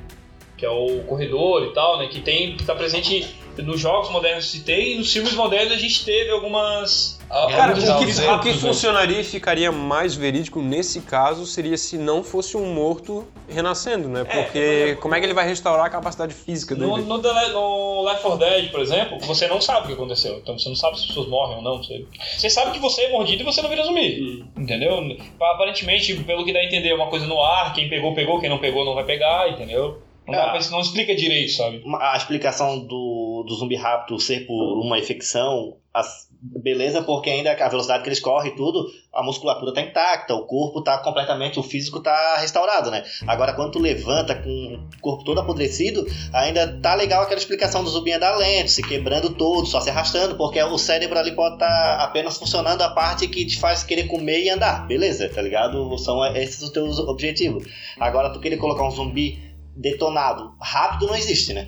S4: Que é o corredor e tal, né? Que tem, que tá presente nos jogos modernos se tem, e nos filmes modernos a gente teve algumas. a-
S1: Cara, o
S4: alguns
S1: que,
S4: zumbis
S1: o que
S4: rápidos, né?
S1: funcionaria e ficaria mais verídico nesse caso seria se não fosse um morto renascendo, né?
S4: É,
S1: Porque
S4: é,
S1: como é que ele vai restaurar a capacidade física
S4: No,
S1: dele?
S4: no, The Le- no Left 4 Dead, por exemplo, você não sabe o que aconteceu. Então você não sabe se as pessoas morrem ou não. Você, você sabe que você é mordido e você não vira zumbi.
S1: Hum.
S4: Entendeu? Aparentemente, pelo que dá a entender, é uma coisa no ar, quem pegou, pegou, quem não pegou, não vai pegar, entendeu? Não, dá
S3: Ah.
S4: pra- não explica direito, sabe?
S3: Uma- A explicação do, do zumbi rápido ser por uma infecção as- beleza, porque ainda a velocidade que eles correm e tudo, a musculatura tá intacta, o corpo tá completamente, o físico tá restaurado, né? Agora, quando tu levanta com o corpo todo apodrecido, ainda tá legal aquela explicação do zubinha da lente, se quebrando todo, só se arrastando, porque o cérebro ali pode estar tá apenas funcionando a parte que te faz querer comer e andar, beleza, tá ligado? São esses os teus objetivos. Agora, tu querer colocar um zumbi detonado rápido não existe, né?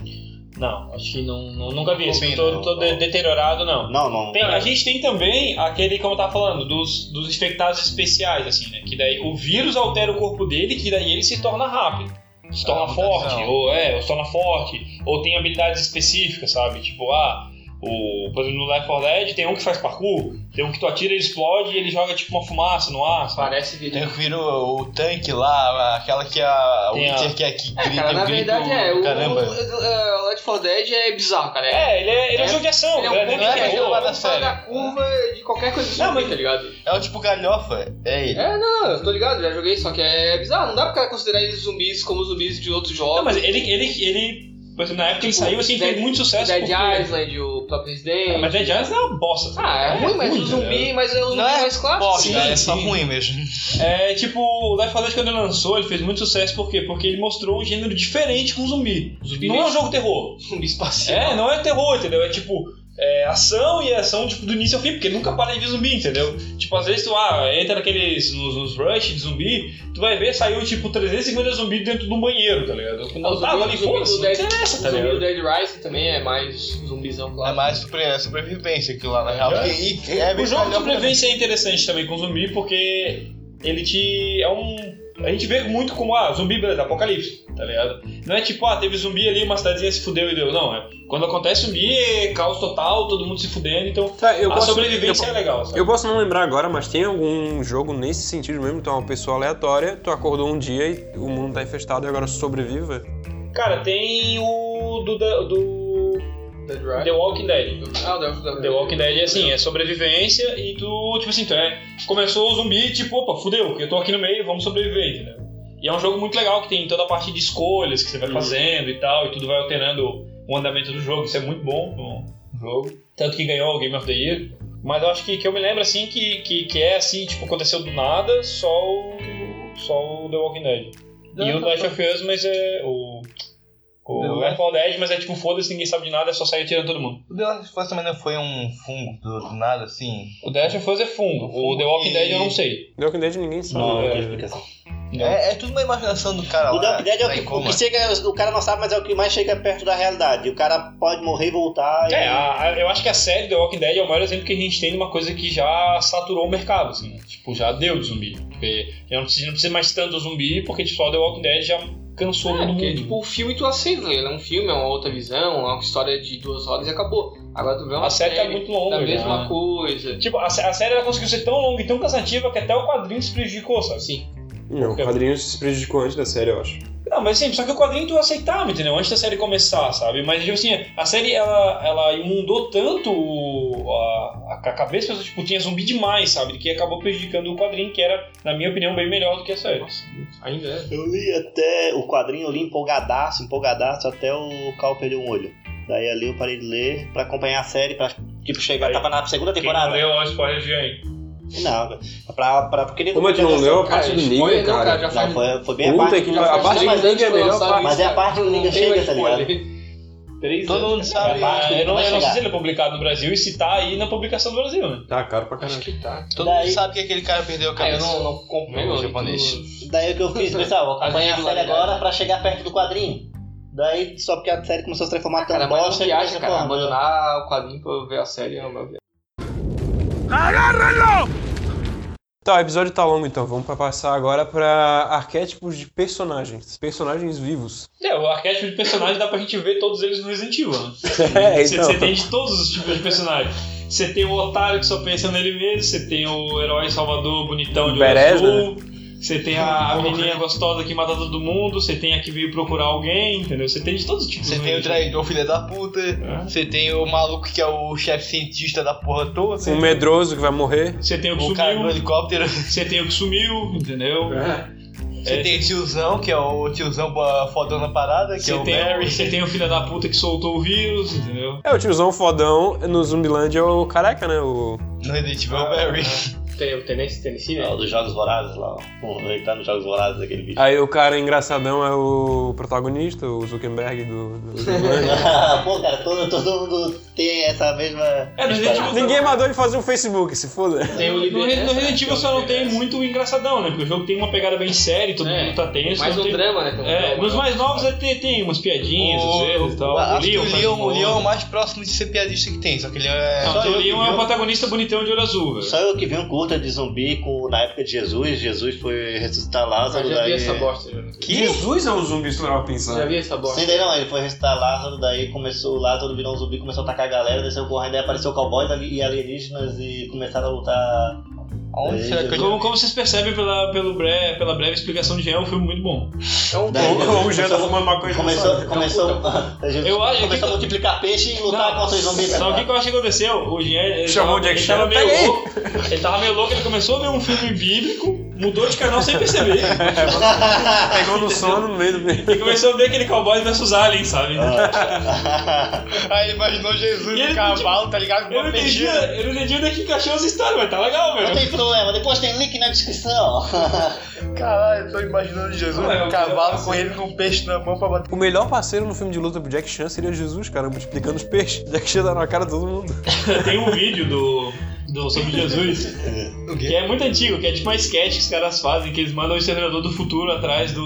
S4: Não, acho que não, não- nunca vi isso.
S5: Combina,
S4: Tô, tô
S5: não.
S4: de- deteriorado, não.
S3: Não, não.
S2: É.
S4: Tem- a gente tem também aquele, como eu tava falando, dos, dos infectados especiais, assim, né? Que daí o vírus altera o corpo dele, que daí ele se torna rápido. Se torna
S5: Ah,
S4: forte,
S5: mutação.
S4: ou é, ou se torna forte, ou tem habilidades específicas, sabe? Tipo, ah, o, por exemplo, no Left 4 Dead tem um que faz parkour, tem um que tu atira, ele explode e ele joga tipo uma fumaça no ar, sabe?
S2: Parece que.
S4: um
S5: Tem que vir o, o tanque lá, aquela que a
S4: Tem a-
S5: Witcher que é que
S2: É, cara,
S4: um
S2: na
S5: grita
S2: verdade é. O,
S5: caramba.
S2: o, o, o Left 4 Dead é bizarro, cara. É,
S4: É, ele é, ele é um
S2: É,
S4: jogo de ação,
S2: ele é
S4: cara,
S2: um
S4: ele
S2: pouco
S5: não é
S4: de
S5: aquele
S4: terror.
S5: lá
S2: é,
S5: da
S2: sai
S5: série.
S2: da curva de qualquer coisa do
S4: Não,
S2: zumbi,
S4: mas-
S2: tá ligado?
S5: É o tipo galhofa, é ele.
S2: É, não, eu tô ligado, já joguei, só que é bizarro. Não dá pra considerar eles zumbis como zumbis de outros jogos.
S4: Não, mas ele, ele, ele, por exemplo, na época que ele
S2: Tipo,
S4: saiu, assim, fez
S2: Dead-
S4: muito sucesso.
S2: Dead
S4: porque-
S2: Island, o próprio Resident.
S4: É, Mas Dead Island é uma bosta. sabe?
S2: Ah, é, ruim, mas
S4: né?
S2: o zumbi, mas é o zumbi
S5: Não é
S2: mais clássico.
S5: Bosta,
S4: sim,
S5: é só
S4: sim.
S5: ruim mesmo.
S4: É tipo, o Left 4 Dead quando ele lançou, ele fez muito sucesso, por quê? Porque ele mostrou um gênero diferente com zumbi.
S2: Zumbi,
S4: Não é um jogo terror.
S2: zumbi espacial.
S4: É, não é terror, entendeu? É tipo, é ação e ação tipo, do início ao fim, porque nunca para de ver zumbi, entendeu? Tipo, às vezes tu ah, entra naqueles nos, nos rush de zumbi, tu vai ver, saiu tipo 350 zumbi dentro de um banheiro, tá ligado? Eu
S2: o
S4: tava
S2: zumbi-
S4: ali,
S2: o zumbi
S4: foda-se,
S2: do
S4: não
S2: Dead-
S4: interessa, tá
S2: o É, zumbi do
S4: ligado?
S2: Dead Rising também é mais zumbizão
S5: É
S2: clássico.
S5: mais super, sobrevivência aquilo lá, na real.
S4: É.
S5: E- e- é bem
S4: O jogo de
S5: galhofa
S4: sobrevivência é interessante também com zumbi, porque ele te. é um. A gente vê muito como, ah, zumbi, beleza, apocalipse, tá ligado? Não é tipo, ah, teve zumbi ali, uma cidadezinha se fudeu e deu. Não, é. Quando acontece zumbi, é caos total, todo mundo se fudendo, então
S1: Tá, eu
S4: a
S1: posso-
S4: sobrevivência
S1: eu-
S4: é legal, sabe?
S1: Eu posso não lembrar agora, mas tem algum jogo nesse sentido mesmo? Tu é uma pessoa aleatória, tu acordou um dia e o mundo tá infestado e agora sobreviva?
S4: Cara, tem o do, da- do
S2: Dead
S4: The
S2: Rising.
S4: Walking Dead.
S2: Ah, o The, The,
S4: The Walking Dead é assim, é sobrevivência e tu, tipo assim, tu é, começou o zumbi, tipo, opa, fudeu, eu tô aqui no meio, vamos sobreviver, entendeu? E é um jogo muito legal que tem toda a parte de escolhas que você vai fazendo e tal, e tudo vai alterando o andamento do jogo, isso é muito bom no um
S2: É,
S4: jogo. Tanto que ganhou o Game of the Year. Mas eu acho que, que eu me lembro assim que, que, que é assim, tipo, aconteceu do nada, só o. só o The Walking Dead.
S2: Não,
S4: e o
S2: tá
S4: Last of Us, mas é. O.
S5: The
S4: O
S5: Last-
S4: Left 4 Dead, mas é tipo, foda-se, ninguém sabe de nada, é só sair atirando todo mundo.
S5: O The Last of Us também não foi um fungo do, do nada, assim.
S4: O Dash of Us é fundo. O The Walking Dead eu não sei.
S1: The Walking Dead ninguém sabe.
S3: Não, não tem
S1: É.
S3: explicação.
S5: É, é tudo uma imaginação do cara
S3: O
S5: lá.
S3: Dump Dead é o
S5: lá em
S3: que, o
S5: coma.
S3: que chega, o cara não sabe, mas é o que mais chega perto da realidade. O cara pode morrer e voltar.
S4: É,
S3: e...
S4: a- a- eu acho que a série The Walking Dead é o maior exemplo que a gente tem de uma coisa que já saturou o mercado, assim. né? Tipo, já deu de zumbi. Porque já não precisa, não precisa mais tanto do zumbi, porque tipo, só The Walking Dead já cansou
S2: É,
S4: todo
S2: porque,
S4: mundo.
S2: tipo, o filme tu aceita, ele é um filme, é uma outra visão, é uma história de duas horas e acabou. Agora tu vê uma
S4: a série tá muito longa.
S2: é da
S4: já.
S2: mesma coisa.
S4: Tipo, a, sé- a série ela conseguiu ser tão longa e tão cansativa que até o quadrinho se prejudicou, sabe?
S2: Sim.
S1: Não, o quadrinho se prejudicou antes da série, eu acho.
S4: Não, mas assim, só que o quadrinho tu aceitava, entendeu? Antes da série começar, sabe? Mas, tipo assim, a série, ela, ela inundou tanto o- a, a cabeça, das pessoas, tipo, tinha zumbi demais, sabe? Que acabou prejudicando o quadrinho, que era, na minha opinião, bem melhor do que a série.
S2: Nossa, ainda é.
S3: Eu li até o quadrinho, eu li empolgadaço, empolgadaço, até o Cal perdeu um olho. Daí ali eu parei de ler pra acompanhar a série, pra tipo, chegar.
S4: Aí,
S3: tava na segunda
S4: Quem não
S3: temporada.
S4: leu, ó, spoiler gigante.
S3: Não, pra, pra querer.
S1: Como é que não leu a parte do
S2: Ah, spoiler
S1: Negan,
S2: não,
S1: cara?
S2: já
S3: Não,
S2: faz...
S3: foi, foi bem a
S1: Puta
S3: parte.
S1: que
S2: já
S1: a
S2: faz-
S1: parte
S2: já
S1: do
S2: faz
S1: Negan é a
S2: antes de
S1: melhor
S2: lançar
S1: parte.
S3: Mas é a
S2: isso, cara.
S3: parte do Negan
S2: Não tem
S3: chega,
S2: mais
S3: tá ligado?
S2: spoiler. Três
S5: Todo
S2: anos.
S5: mundo sabe.
S3: parte-
S4: Ah, eu, não,
S3: vai
S4: eu não sei
S3: chegar.
S4: se ele é publicado no Brasil e se tá aí na publicação do Brasil, né?
S1: Tá caro pra
S2: Acho
S1: caralho.
S2: que tá.
S5: Todo
S3: Daí-
S5: mundo sabe que aquele cara perdeu
S2: Ah,
S5: a
S2: eu
S5: cabeça.
S2: não, não comprei,
S5: No
S2: mano,
S5: japonês.
S2: tudo-
S3: Daí o que eu fiz, pessoal, vou acompanhar a
S2: As
S3: série
S2: regularidades.
S3: agora pra chegar perto do quadrinho. Daí, só porque a série começou a se transformar tão
S2: Ah, Cara, mas
S3: bosta,
S2: não
S3: ele
S2: viaja, cara.
S3: transforma.
S2: Abandonar o quadrinho pra ver a série é uma viagem.
S1: Tá, o episódio tá longo então, vamos pra passar agora pra arquétipos de personagens. Personagens vivos.
S4: É, o arquétipo de personagem dá pra gente ver todos eles no Resident Evil, né?
S1: É,
S4: Você você tem de todos os tipos de personagem. Você tem o otário que só pensa nele mesmo, você tem o herói salvador bonitão de olho
S1: Badass, né?
S4: azul, você tem a, a menininha gostosa que mata todo mundo, você tem a que veio procurar alguém, entendeu? Você tem de todos os tipos.
S5: Você
S4: né,
S5: tem o
S4: gente?
S5: traidor, filho da puta.
S4: É.
S5: Você tem o maluco que é o chefe cientista da porra toda.
S1: Um medroso que vai morrer.
S4: Você tem o que
S5: O cara no
S4: sumiu,
S5: helicóptero.
S1: É.
S4: você tem o que sumiu, entendeu?
S5: Você tem tiozão, que é o tiozão boa- fodão na parada, que é
S4: Você
S5: o
S4: tem,
S5: Barry.
S4: você tem o filho da puta que soltou o vírus, entendeu?
S1: É, o tiozão fodão no Zumbiland é o careca, né? O...
S5: No Resident Evil é o Barry.
S2: Tem o Tennessee, Tennessee,
S3: É
S2: né?
S3: o dos Jogos Vorazes lá, ó. Pô, Ele tá nos Jogos Vorazes, aquele bicho.
S1: Aí o cara engraçadão é o protagonista, o Zuckerberg do, do Zumbiland.
S3: Pô, cara, todo, todo mundo tem essa mesma.
S4: É, no Resident Evil-
S1: Ninguém mandou ele fazer um Facebook, se foda.
S2: Tem o
S4: No, Re- no
S2: Libertas,
S4: Resident
S2: né?
S4: Evil só não tem muito engraçadão, né? Porque o jogo tem uma pegada bem séria, todo
S2: É,
S4: mundo tá tenso.
S2: Mais
S4: não
S2: um
S4: tem-
S2: drama, né? Tem um
S4: É,
S2: drama,
S4: nos
S2: né?
S4: mais novos é, tem, tem umas piadinhas, às vezes e tal.
S5: acho que o
S4: faz um
S5: Leon, o
S4: humor.
S5: Leon é o mais próximo de ser piadista que tem, só que ele é.
S4: Não,
S5: só
S4: o
S5: eu que
S4: Leon é
S5: vi.
S4: o protagonista bonitão de olho azul, velho.
S3: Só eu que vi um curta de zumbi com, na época de Jesus. Jesus foi ressuscitar
S2: Eu
S3: Lázaro.
S2: já vi
S3: daí...
S2: essa bosta. já.
S1: Jesus é um zumbi, se tu parar pra pensar.
S2: Já vi essa bosta.
S3: Sim, daí não, ele foi ressuscitar Lázaro, daí começou, Lázaro virou um zumbi, começou a atacar a galera, desceu correndo, daí apareceu cowboys ali, e alienígenas e começaram a lutar.
S5: Aonde será que eu
S4: Como, como vocês percebem pela, pelo bre- pela breve explicação de Jean, é um filme muito bom.
S2: É um
S3: Daí-
S2: bom.
S1: Ou o Jean tá fumando uma coisa
S2: é um
S3: Começou, começou, Jesus
S4: Eu acho que-
S3: começou a multiplicar peixe e lutar contra os zumbis.
S4: Sabe o
S3: cara.
S4: que, que eu acho que aconteceu? O Jean ele
S1: Chamou
S4: tava-
S1: o Jack
S4: ele tava
S1: Chan,
S4: meio
S1: "Pega aí!"
S4: louco. Ele tava meio louco, ele começou a ver um filme bíblico, mudou de canal sem perceber.
S1: Pegou no sono no meio do
S4: e começou a ver aquele cowboy versus alien, sabe?
S5: Ah. Aí ele imaginou Jesus
S4: E ele
S5: no cavalo, tá ligado? Com
S4: Eu não
S5: uma
S4: entendi,
S5: pedida.
S4: eu não entendi onde é que encaixou essa história, mas tá legal,
S3: Não
S4: velho.
S3: tem problema, depois tem link na descrição.
S5: Caralho, eu tô imaginando Jesus
S4: Ué,
S5: no
S4: eu-
S5: cavalo, correndo com um peixe na mão pra bater.
S1: O melhor parceiro no filme de luta pro Jack Chan seria Jesus, cara, multiplicando os peixes. Jack Chan dá na cara de todo mundo.
S4: Tem um vídeo do, do sobre Jesus
S5: O
S4: que é muito antigo, que é tipo uma sketch que os caras fazem, que eles mandam o exterminador do futuro atrás do.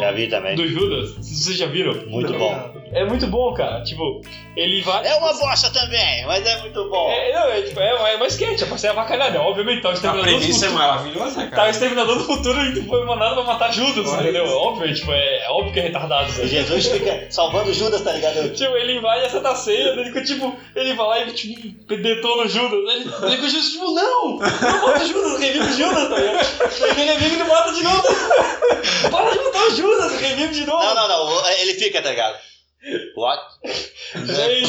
S3: Já vi também.
S4: do Judas. Vocês já viram?
S3: Muito bom.
S4: É muito bom, cara. Tipo, ele vai.
S3: É uma bosta também, mas é muito bom.
S4: É, não, é, tipo, é, é uma sketch, é pra ser avacalhada. Obviamente, tá o exterminador do futuro.
S1: é maravilhosa,
S4: Tá o exterminador do futuro e foi mandado pra matar Judas,
S1: Olha
S4: entendeu?
S1: isso.
S4: Óbvio, tipo, é, é óbvio que é retardado, sabe?
S3: Jesus fica salvando Judas, tá ligado?
S4: Tipo, ele vai e acerta a ceia, ele fica tipo, ele vai lá e tipo, detona o Judas. Ele, ele fica Judas, tipo, não! Não mata o Judas, revive o Judas, tá ligado? Ele revive e não mata de novo! Para de matar o Judas, revive de novo!
S3: Não, não, não, ele fica, tá ligado? What?
S4: Aí,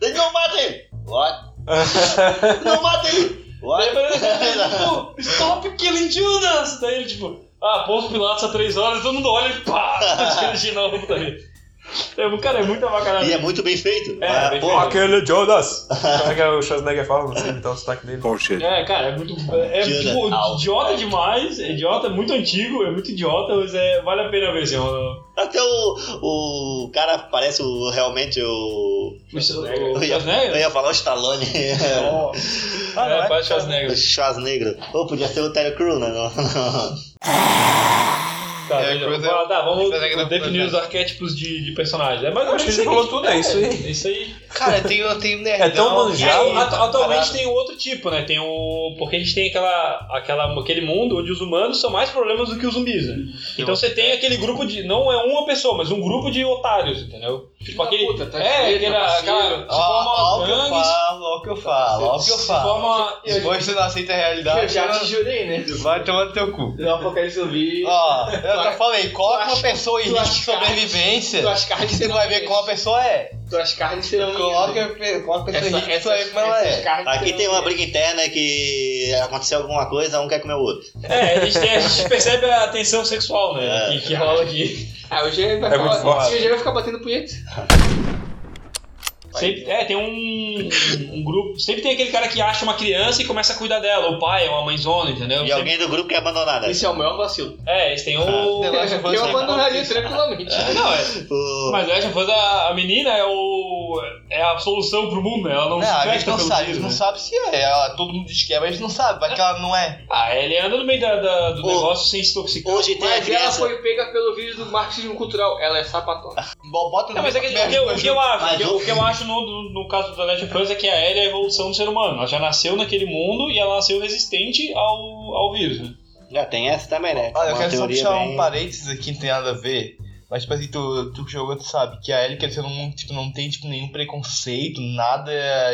S3: Ele não mata ele! What? Não mata ele!
S4: aí
S3: What?
S4: aparece ele, tipo, stop killing Judas! Daí ele tipo, ah, pouso Pilatos há três horas, todo mundo olha e pá! Tira de novo, tá ligado? É, Cara, é muito
S3: E
S4: avacalhado.
S3: é muito bem feito.
S4: É,
S3: Ah,
S4: bem
S3: pô,
S4: feito.
S1: Tá Aquele Jonas! Como é que o Schwarzenegger fala? Não sei imitar o sotaque dele.
S4: É, cara, é muito. É, é,
S3: Judas
S4: tipo,
S3: Alves.
S4: idiota demais, é idiota, muito antigo, é muito idiota, mas é, vale a pena ver, assim, ó.
S3: Até o, o cara parece o, realmente o.
S4: O
S3: Eu ia, eu
S4: Schwarzenegger?
S3: ia falar o Stallone.
S4: Ah, não,
S5: é?
S4: é, quase
S3: o
S4: Schwarzenegger.
S3: Schwarzenegger. Ou podia ser o Terry Crew, né? Não, não.
S4: Tá,
S5: É,
S4: beleza.
S5: coisa-
S4: Ah, tá, vamos
S5: Schwarzenegger-
S4: definir os arquétipos de, de personagem. É mais ou
S1: Acho que
S4: menos
S1: ele falou
S4: isso
S1: tudo, é isso aí.
S4: aí. É isso aí.
S5: Cara, tem, tem um nerdão.
S1: É tão
S4: É,
S1: manjado.
S4: atu- atualmente
S5: parado.
S4: tem outro tipo, né? Tem o. Porque a gente tem aquela, aquela, aquele mundo onde os humanos são mais problemas do que os zumbis, né? Então você tem aquele
S5: tipo
S4: grupo de. Não é uma pessoa, mas um grupo de otários, entendeu? Tipo
S2: da
S4: aquele.
S2: puta, tá
S4: é,
S2: cheio,
S4: aquele.
S2: tá
S4: aquela.
S2: cheio.
S4: Se
S5: Ó, ó o
S4: forma
S5: que eu
S4: gangues,
S5: falo, ó o que eu falo, ó o que eu
S4: se
S5: falo.
S4: forma.
S5: Se você não aceita a realidade,
S2: Eu já te jurei, né?
S5: vai tomando teu cu.
S2: No Apocalipse Zumbi.
S5: Ó, é eu já
S2: acho-
S5: falei, coloca
S2: tu
S5: uma
S2: acha-
S5: pessoa em
S2: tu
S5: risco
S2: acha
S5: de
S2: que-
S5: sobrevivência,
S2: Tuas carnes
S5: você não vai ver como a pessoa é.
S2: Tuas carnes serão minhas.
S5: Coloca, coloca a pessoa em risco, você vai ver como ela é.
S3: Aqui tem uma briga interna que aconteceu alguma coisa, um quer comer o outro.
S4: É, a gente, tem- a gente percebe a tensão sexual, né?
S3: É.
S4: Que, que rola aqui.
S2: Ah, o Jean vai
S1: É muito
S2: falar.
S1: forte.
S2: O Jean vai ficar batendo punheta.
S4: Sempre, é, tem um, um grupo. Sempre tem aquele cara que acha uma criança e começa a cuidar dela. O pai é uma mãezona, entendeu?
S3: E
S4: Sempre-
S3: alguém do grupo quer abandonar, né?
S2: Esse é o maior vacilo.
S4: É, eles têm
S3: Ah,
S4: o.
S5: The Last of Us
S2: Eu
S5: é
S2: abandonaria tranquilamente.
S4: Não, é.
S3: O-
S4: Mas Last of Us, a, a menina é o. é a solução pro mundo, né? Ela não,
S5: Não,
S4: se
S5: É, a gente
S4: presta
S5: não
S4: pelo
S5: sabe, a
S4: mundo,
S5: gente não
S4: né?
S5: sabe se é. Ela- todo mundo diz que é, mas a gente não sabe, vai que ela não é.
S4: Ah, ele anda no meio da, da- do
S3: Ô.
S4: negócio sem se intoxicar.
S3: Hoje tem a
S2: Mas ela
S3: criança.
S2: foi pega pelo vírus do marxismo cultural. Ela é sapatona.
S5: Bo- Bota no
S4: É, mas é que,
S5: mesmo
S4: o, que eu, o que eu acho,
S3: Mas
S4: o que eu-
S3: o-
S4: o que eu acho no, no- no caso da Last of Us é que a Ellie é a evolução do ser humano. Ela já nasceu naquele mundo e ela nasceu resistente ao, ao vírus, né?
S3: Já tem essa também, né?
S5: Olha, eu
S3: Uma
S5: quero só
S3: teoria
S5: puxar
S3: bem-
S5: um parênteses aqui, não tem nada a ver. Mas, tipo assim, tu, tu que jogou, tu sabe que a Ellie cresceu num mundo, tipo, não tem, tipo, nenhum preconceito, nada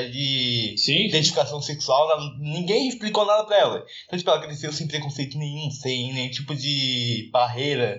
S5: de
S4: Sim.
S5: identificação sexual, nada- ninguém explicou nada pra ela. Então, tipo, ela cresceu sem preconceito nenhum, sem nenhum tipo de barreira.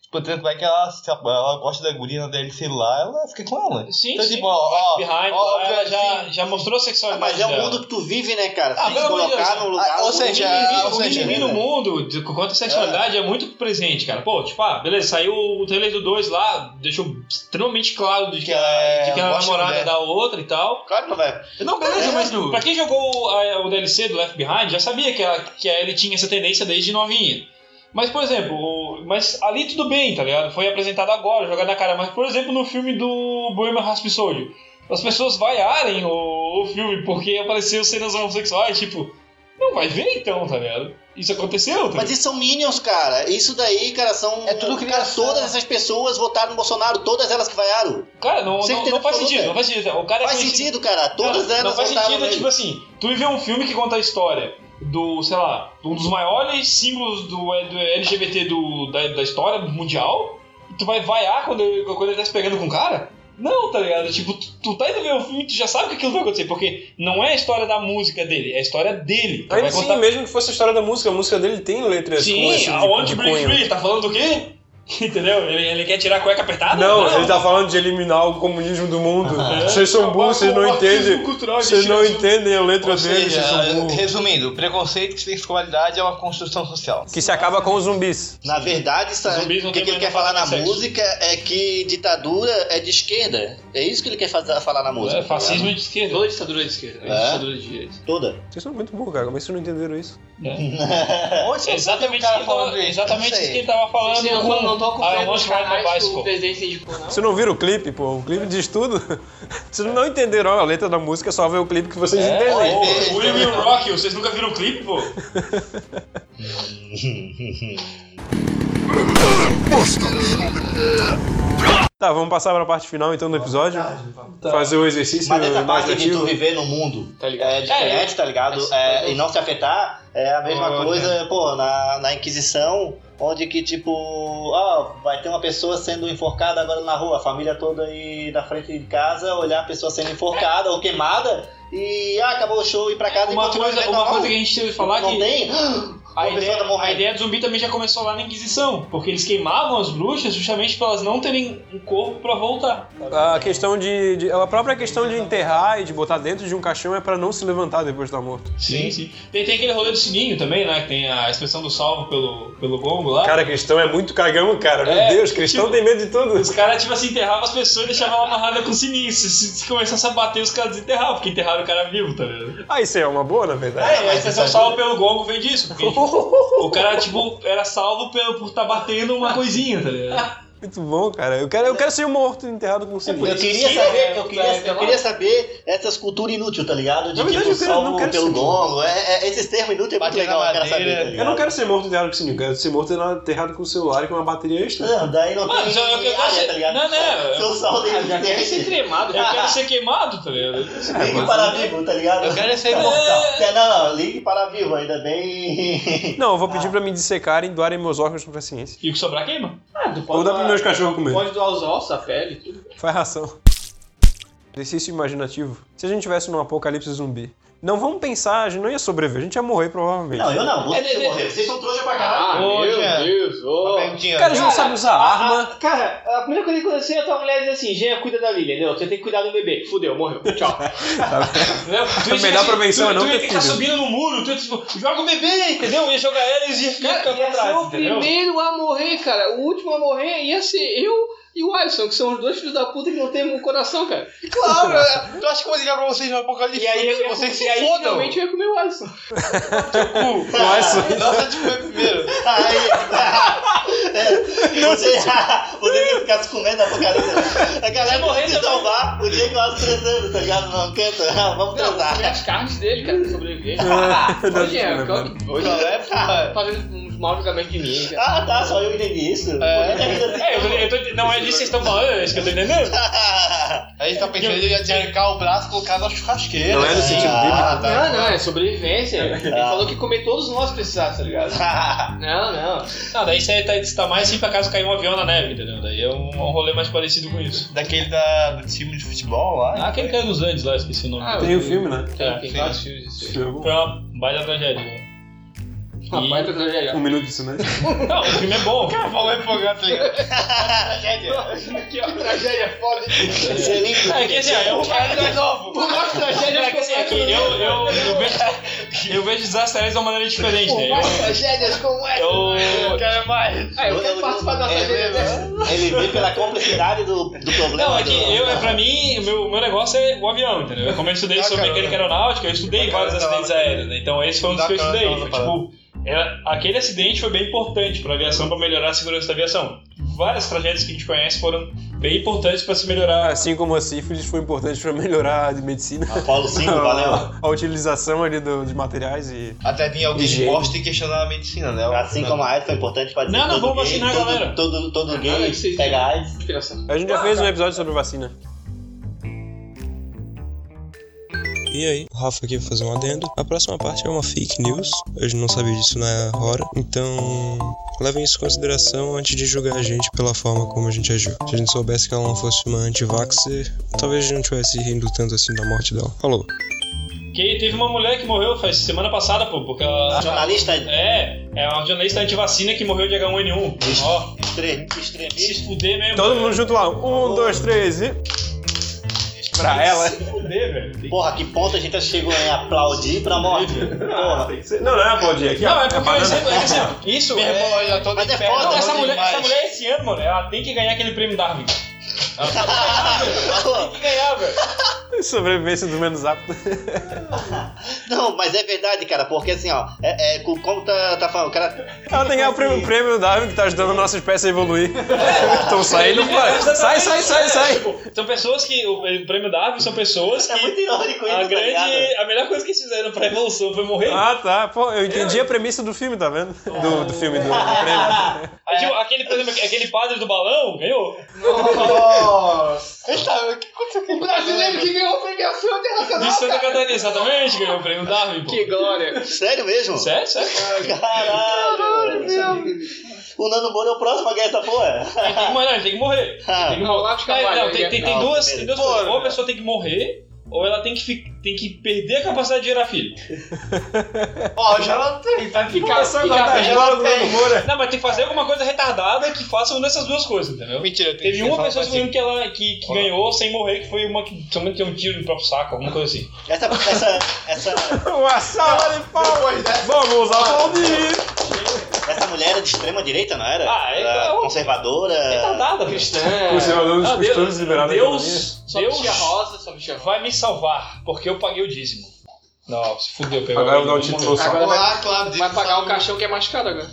S5: Tipo, Por tanto é que ela, se- ela gosta da guria na DLC lá, ela fica com ela.
S4: Sim,
S5: Então,
S4: sim. é
S5: tipo, ó, ó,
S4: Behind,
S5: ó,
S4: lá, ela
S5: assim,
S4: já, já mostrou a
S3: Ah,
S4: sexualidade.
S3: Mas
S5: um
S3: é o
S4: dela.
S3: mundo que tu vive, né, cara?
S4: Ah,
S3: Se
S4: pelo amor de
S3: colocar
S4: Deus.
S3: no lugar.
S5: Ah, ou
S3: do-
S5: seja,
S3: do-
S5: ou
S4: O
S5: seja,
S4: mimimi no mundo, de- quanto à sexualidade, é. muito presente, cara. Pô, tipo, ah, beleza, saiu o trailer do 2 lá, deixou extremamente claro de que,
S5: Que
S4: ela,
S5: ela é
S4: de que ela é
S5: uma
S4: namorada
S5: mulher.
S4: da outra e tal.
S3: Claro, não, velho.
S4: Não, beleza,
S3: É,
S4: mas
S1: do-
S4: pra quem jogou a- o DLC do Left Behind, já sabia que, ela, que a Ellie tinha essa tendência desde novinha. Mas, por exemplo, o- mas ali tudo bem, tá ligado? Foi apresentado agora, jogado na cara. Mas, por exemplo, no filme do Bohemian Rhapsody, as pessoas vaiarem o, o filme porque apareceu cenas homossexuais, tipo... Não, vai ver então, tá ligado? Isso aconteceu, tá
S3: Mas isso são Minions, cara. Isso daí, cara, são.
S5: É tudo
S3: cara,
S5: criação.
S3: todas essas pessoas votaram no Bolsonaro, todas elas que vaiaram.
S4: Cara, não,
S3: Sem
S4: não,
S3: ter
S4: não faz
S3: absoluta.
S4: sentido, não faz sentido. O cara é
S3: Faz
S4: conhecido-
S3: sentido, cara. Todas
S4: não,
S3: elas
S4: não faz
S3: votaram
S4: sentido,
S3: nele.
S4: tipo assim, tu ir ver um filme que conta a história do, sei lá, um dos maiores símbolos do, é, do LGBT do, da, da história mundial, e tu vai vaiar quando, ele- quando ele tá se pegando com o cara? Não, tá ligado? Tipo, tu, tu tá indo ver o filme, tu já sabe que aquilo vai acontecer, porque não é a história da música dele, é a história dele. Tu
S1: Ainda
S4: vai
S1: assim,
S4: contar...
S1: mesmo que fosse a história da música, a música dele tem letras com esse
S4: Sim,
S1: tipo
S4: a Want
S1: de
S4: to Break
S1: cunho.
S4: Free, tá falando do quê? Entendeu? Ele, ele quer tirar a cueca apertada?
S1: Não, ele tá falando de eliminar o comunismo do mundo. Vocês
S4: É um
S1: são burros, vocês não entendem. Vocês não entendem a letra
S5: Ou
S1: dele,
S5: seja,
S1: vocês são burros.
S5: resumindo, preconceito e sexualidade é uma construção social.
S1: Que se acaba com os zumbis.
S3: Na verdade, sabe,
S4: Zumbis não
S3: o que,
S4: tem
S3: que ele
S4: mais
S3: quer falar na
S4: nada sexo.
S3: música é que ditadura é de esquerda. É isso que ele quer fazer, falar na música. tá
S4: É, fascismo de esquerda.
S2: Toda ditadura é de esquerda, é.
S3: É?
S2: ditadura de direita.
S3: Toda.
S1: Vocês são muito burros, cara. Como é que vocês não entenderam isso?
S5: Onde
S4: É Exatamente
S5: o cara
S4: isso que eu
S5: falando
S4: tava-
S5: isso?
S4: exatamente
S5: Não sei.
S4: isso que ele tava falando.
S2: Sim, eu não, não tô
S4: Ah, eu
S2: acompanhando os
S4: mostro cara no
S2: canais que o
S4: bicycle.
S2: presidente indicou, não.
S1: Vocês não viram o clipe, pô? O clipe diz tudo. Vocês não entenderam a letra da música, é só ver o clipe que vocês entendem.
S4: Ô, Will Will Rock, you, vocês nunca viram o clipe, pô?
S1: Tá, vamos passar pra parte final então do episódio. Tá. Fazer o exercício
S3: Mas essa parte de tu
S1: imaginativo.
S3: viver no mundo
S2: Tá ligado?
S3: é diferente, tá ligado? É, e não se afetar é a mesma
S2: Olha.
S3: coisa, pô, na, na Inquisição, onde que tipo, ah, vai ter uma pessoa sendo enforcada agora na rua, a família toda aí na frente de casa, olhar a pessoa sendo enforcada ou queimada e ah, acabou o show, ir pra casa e
S4: É, Uma
S3: continuar
S4: coisa,
S3: vivendo
S4: uma
S3: normal.
S4: coisa que a gente teve que falar
S3: tá não
S4: que
S3: tem?
S4: a
S3: pessoa tá
S4: ideia,
S3: morrendo.
S4: a ideia do zumbi também já começou lá na Inquisição, porque eles queimavam as bruxas justamente pra elas não terem um corpo pra voltar.
S1: A questão de, de- A própria questão de enterrar e de botar dentro de um caixão é pra não se levantar depois da morte.
S4: Sim, sim. Tem, tem aquele rolê do sininho também, né? Que tem a expressão do salvo pelo, pelo gongo lá.
S1: Cara, cristão é muito cagão, cara. Meu
S4: É,
S1: Deus, cristão
S4: tipo-
S1: tem medo de tudo.
S4: Os caras, tipo assim, enterravam as pessoas e deixavam ela amarrada com sininho. Se, se, se começasse a bater, os caras desenterravam, porque enterraram o cara vivo, tá ligado?
S1: Ah, isso é uma boa, na verdade.
S4: É, mas a exceção salvo pelo gongo vem disso, porque tipo, o cara, tipo, era salvo pelo, por estar batendo uma coisinha, tá ligado?
S1: Muito bom, cara. Eu quero, eu quero ser morto e enterrado com um sangue.
S3: Eu queria
S4: Sim,
S3: saber,
S2: é,
S3: eu queria,
S2: é,
S3: eu queria saber essas culturas inúteis, tá ligado? De
S1: Na verdade,
S3: tipo,
S1: eu quero- não
S3: salvo
S1: quero
S3: pelo
S1: ser
S3: gongo. É, é- esses termos inúteis é muito
S5: Bater na
S3: legal, eu quero saber.
S5: madeira.
S3: tá
S1: Eu não
S3: ligado?
S1: quero ser morto enterrado com sininho, eu quero ser morto enterrado com o celular e com uma bateria extra.
S3: Não, daí não
S4: Mano,
S3: tem
S4: eu, eu, eu,
S3: área,
S4: quero
S3: tá
S4: ser.
S3: ligado?
S4: Não, não, eu,
S3: Seu saldo
S2: Ah, já quer ser
S3: inexistente.
S2: cremado, É,
S4: eu
S2: já
S4: quero ser queimado, tá ligado?
S3: Ligue para vivo, tá ligado?
S5: Eu quero ser
S4: imortal.
S3: É, Não, não, ligue para vivo, ainda bem.
S1: Não, eu vou pedir pra me dissecarem e doarem meus órgãos pra ciência.
S4: E o que sobrar queima.
S2: Ah, tu
S1: Vou
S2: pode
S1: dar pros
S2: doar-
S1: meus cachorros comer.
S2: Pode doar os ossos, a pele, tudo.
S1: Faz ração. Exercício imaginativo. Se a gente tivesse num apocalipse zumbi, não vamos pensar, a gente não ia sobreviver, a gente ia morrer provavelmente.
S3: Não, eu não,
S4: É,
S3: vocês
S4: é, é.
S3: morreram. Vocês são trouxa pra
S2: Ah,
S3: caralho.
S2: meu
S5: Jean.
S2: Deus, ô.
S1: O cara já não sabe usar arma.
S2: Ah, cara, a primeira coisa que aconteceu é a tua mulher dizer assim, Jean, cuida da Lilian, entendeu? Você tem que cuidar do bebê. Fudeu, morreu. Tchau.
S4: Entendeu? Tu ia
S1: A melhor
S4: chegar- assim,
S1: prevenção
S4: tu-
S1: é não
S4: tu ia
S1: ter
S4: ter que estar
S1: filho.
S4: subindo no muro, tu ia tipo, joga o bebê, entendeu? Ia jogar ela e ia ficar
S2: Cara,
S4: pra
S2: ia ser
S4: trás,
S2: o
S4: entendeu?
S2: primeiro a morrer, cara. O último a morrer ia ser eu e o Alisson, que são os dois filhos da puta que não tem um coração, cara.
S5: Claro, é. tu acha que eu vou ligar pra vocês no apocalipse?
S2: E aí eu ia,
S5: vocês
S2: e
S5: se
S2: aí, então.
S5: fodam.
S2: finalmente eu ia comer o Alisson.
S1: Não é só-
S5: Nossa, tipo, é primeiro.
S3: Aí, você, você tem que ficar se comendo apocalipse. A
S4: Vai
S3: galera
S4: morrer
S3: vai se
S4: também.
S3: salvar o dia que nós transamos, tá ligado? Não canta, Ah, vamos
S2: Não, tá. vou comer
S3: transar.
S2: as carnes dele, cara, pra sobreviver. Hoje é, claro que
S5: Hoje não é, porra.
S2: fazendo uns maus julgamentos de mim, cara.
S3: Ah, tá, só eu entendi isso. Por que que
S4: É, eu tô,
S3: tá
S4: eu tô, não é disso que vocês estão falando, é isso que eu tô entendendo.
S3: assim?
S5: A gente tá pensando em arrancar o braço e colocar na churrasqueira.
S1: Não é no sentido
S5: um né?
S3: Ah,
S1: bíblico.
S2: Não, não, é sobrevivência. Ele falou que comer todos nós precisasse, tá ligado? Não, não.
S4: Não, daí você tá, você tá mais assim pra caso cair um avião na neve, entendeu? Daí é um, um rolê mais parecido com isso.
S5: Daquele da, do time de futebol lá.
S4: Ah, aquele cara dos Andes lá, esqueci o nome.
S2: Ah,
S4: dele.
S1: Tem o filme, né?
S2: Tem, tem
S5: Sim.
S2: vários filmes disso aí.
S1: Filme.
S4: Foi uma baita tragédia. né?
S2: Uma baita tragédia.
S1: Um minuto de silêncio.
S4: Não, o filme é bom.
S5: Cara, falou empolgado, tá ligado?
S2: Que é uma tragédia foda.
S3: Isso é lindo.
S4: É que assim, ó, eu,
S5: é novo!
S2: Por mais um tragédia
S4: é que, assim, é que
S2: né?
S4: eu, eu, eu vejo, eu vejo desastres aéreos de uma maneira diferente, né?
S2: tragédias como essa.
S4: Eu, eu,
S5: Quero mais!
S2: Ah, eu é, quero participar da tragédia dessa.
S3: Ah, Ele vê pela complicidade do, do problema.
S4: Não, é que
S3: do-
S4: eu, é, pra mim, o meu, meu negócio é o avião, entendeu? Como eu estudei
S5: Dá
S4: sobre
S5: carona.
S4: mecânica aeronáutica, eu estudei
S5: Dá
S4: vários
S5: carona,
S4: acidentes
S5: dá
S4: aéreos, né? Então esse foi um dos
S5: Dá
S4: que eu
S5: carona,
S4: estudei.
S5: dá
S4: Foi,
S5: carona.
S4: tipo, era- aquele acidente foi bem importante pra aviação, pra melhorar a segurança da aviação. Várias tragédias que a gente conhece foram bem importantes pra se melhorar.
S1: Assim como a sífilis foi importante pra melhorar a medicina.
S3: Apolo 5, valeu.
S1: A utilização ali do- de materiais e.
S5: Até tem alguém
S1: Higiene.
S5: forte e questionar a medicina, né?
S3: Assim como a AIDS foi importante pra dizer
S4: Não, não,
S3: todo
S4: vamos
S3: gay,
S4: vacinar a
S3: todo-
S4: galera.
S3: Todo, todo
S2: Nada
S3: gay
S2: que vocês
S3: pega AIDS.
S1: A gente já fez um episódio sobre vacina.
S6: E aí, Rafa aqui pra fazer um adendo. A próxima parte é uma fake news. Eu não sabia disso na hora. Então, levem isso em consideração antes de julgar a gente pela forma como a gente agiu. Se a gente soubesse que ela não fosse uma anti-vaxxer, talvez a gente não tivesse rindo tanto assim da morte dela. Falou.
S4: Que teve uma mulher que morreu faz semana passada, pô, porque ela.
S3: Jornalista
S4: É, é uma jornalista antivacina que morreu de H1N1. Ó,
S3: extre-
S4: se
S3: extremista.
S4: fuder mesmo.
S1: Todo mundo junto lá. Um, dois, três e. Pra ela.
S4: Se fuder, velho. Tem que-
S3: Porra, que ponto a gente chegou em aplaudir pra morte?
S4: Ah,
S3: Porra.
S1: Não, não é aplaudir aqui, ó.
S4: Não, é porque,
S1: banana.
S4: isso é- é que assim, ó, isso
S5: Meu
S4: é.
S5: irmão, eu já tô
S3: Mas
S5: de
S3: é
S5: pé,
S3: foda,
S5: não,
S4: Essa
S5: não
S4: mulher,
S5: demais.
S4: essa mulher esse ano, mano, ela tem que ganhar aquele prêmio Darwin. Tem
S3: Porra.
S4: que ganhar, velho.
S1: Sobrevivência dos menos aptos.
S3: Não, mas é verdade, cara, porque assim, ó, é, é, co- como tá, tá falando, o cara.
S1: Ela tem que ganhar o prêmio, o prêmio Darwin que tá ajudando a nossa espécie a evoluir. Estão saindo fora. Sai, sai, sai, sai.
S4: Tipo, são pessoas que. O, o prêmio Darwin são pessoas
S3: É muito
S4: que.
S3: irônico isso,
S4: A
S3: tá ligado?
S4: grande. A melhor coisa que eles fizeram pra evolução foi morrer.
S1: Ah, tá. Pô, eu entendi a premissa do filme, tá vendo? Do, do filme, do, do prêmio.
S4: Aí,
S3: é.
S4: tipo, aquele, por exemplo, aquele padre do balão ganhou.
S2: O brasileiro que ganhou a premiação
S4: De
S2: internacional.
S4: Santa Catarina, exatamente, ganhou o prêmio Darwin, pô.
S2: Que glória.
S3: Sério mesmo?
S4: Sério, sério?
S3: Caralho! O Nando Moro é o próximo a ganhar essa porra.
S4: Ele tem que, mas não, ele tem que morrer. Tem que
S2: Não,
S4: morrer.
S2: lá de
S4: Não,
S2: cavalo,
S4: não,
S2: ele
S4: tem,
S2: é-
S4: tem, tem
S3: não,
S4: duas,
S3: beleza.
S4: tem duas coisas. Ou a pessoa tem que morrer, ou ela tem que, fi- tem que perder a capacidade de gerar filho.
S5: Ó, já não tem, tá ficando.
S1: Começando
S4: é
S1: a dar agora do Nando Moura.
S4: Não, mas tem que fazer alguma coisa retardada que faça uma dessas duas coisas, entendeu?
S5: Mentira, tem
S4: Teve
S5: que
S4: uma
S5: falar
S4: pessoa
S5: assim.
S4: que, ela, que, que ganhou sem morrer, que foi uma que somente deu um tiro no próprio saco, alguma coisa assim.
S3: Essa. Essa. Essa,
S1: Uma salva de
S2: É,
S1: palmas. Vamos aplaudir.
S3: essa mulher era de extrema direita, não era?
S4: Ah, é,
S3: Era
S4: então-
S3: Conservadora.
S4: Retardada, velho.
S2: Cristã.
S1: Conservador dos
S4: Ah,
S1: costumes
S4: Deus,
S1: liberado
S4: Deus,
S2: Só
S4: Deus
S2: vestia rosa, só vestia rosa.
S4: vai me salvar, porque eu paguei o dízimo. Nossa, fudeu, pegou.
S1: Agora eu vou dar um título só.
S2: Agora vai,
S5: Ah, claro, diz
S2: vai
S5: que
S2: pagar
S5: tá
S2: o caixão que é mais caro agora.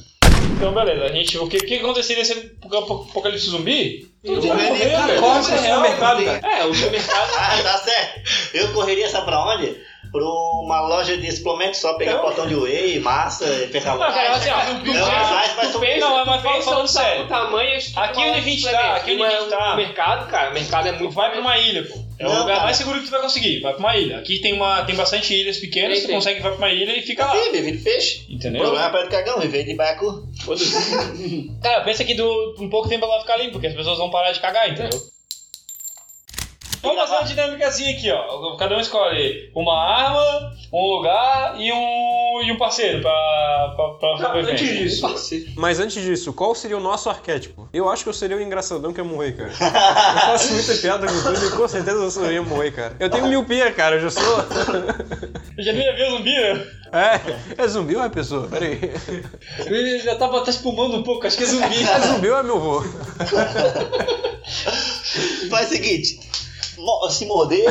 S4: Então, beleza, a gente, o que, o que aconteceria se ele- ap- apocalipse zumbi? Todo mundo
S5: Correria,
S4: morreu,
S5: cara,
S4: velho.
S5: corre
S4: Isso
S5: pro
S4: é real,
S1: supermercado,
S4: velho. É, o supermercado.
S3: Ah, tá certo. Eu correria essa pra onde? Pra uma loja de suplemento só pegar potão de whey, massa, e pegar
S4: Não, cara, assim, ó,
S2: Tu
S4: tu
S3: Não,
S4: pensa-
S3: mas vai
S2: tu
S3: só-
S2: pensa-
S4: Não, é mas
S2: tu
S4: fala-
S2: pensa
S4: falando
S2: o
S4: sério.
S2: tamanho, acho que
S4: Aqui
S2: tu
S4: onde a
S2: vai
S4: gente
S2: lá
S4: tá,
S2: dentro.
S4: aqui onde
S2: Uma-
S4: a gente tá.
S2: O mercado, cara, o mercado é muito...
S4: Vai pra uma ilha, pô. É o
S3: Não,
S4: lugar
S3: cara.
S4: mais seguro que tu vai conseguir. Vai pra uma ilha. Aqui tem, uma, tem bastante ilhas pequenas,
S2: Tem,
S4: tu
S2: tem.
S4: consegue vai pra uma ilha e fica
S2: Ah,
S4: lá.
S3: Sim, bebida de peixe. O
S4: Entendeu?
S3: problema é perto do cagão, viver de baiacu.
S4: Cara, pensa que do, um pouco tempo ela vai ficar limpa, porque as pessoas vão parar de cagar, entendeu? É. Vamos fazer uma dinâmicazinha aqui, ó. Cada um escolhe uma arma, um lugar e um, e um parceiro pra, pra, pra
S2: Antes
S4: sobrevivência.
S2: disso.
S1: Mas antes disso, qual seria o nosso arquétipo? Eu acho que eu seria o engraçadão que ia morrer, cara. Eu faço muita piada com tudo e com certeza eu sou- ia morrer, cara. Eu tenho miopia, cara, eu já sou.
S4: Eu já devia ver o zumbi, né?
S1: É, é zumbi ou é pessoa? Pera aí.
S4: Ele já tava até espumando um pouco, acho que é zumbi.
S1: É zumbi ou é meu vô?
S3: Faz o seguinte. mo- Se morder.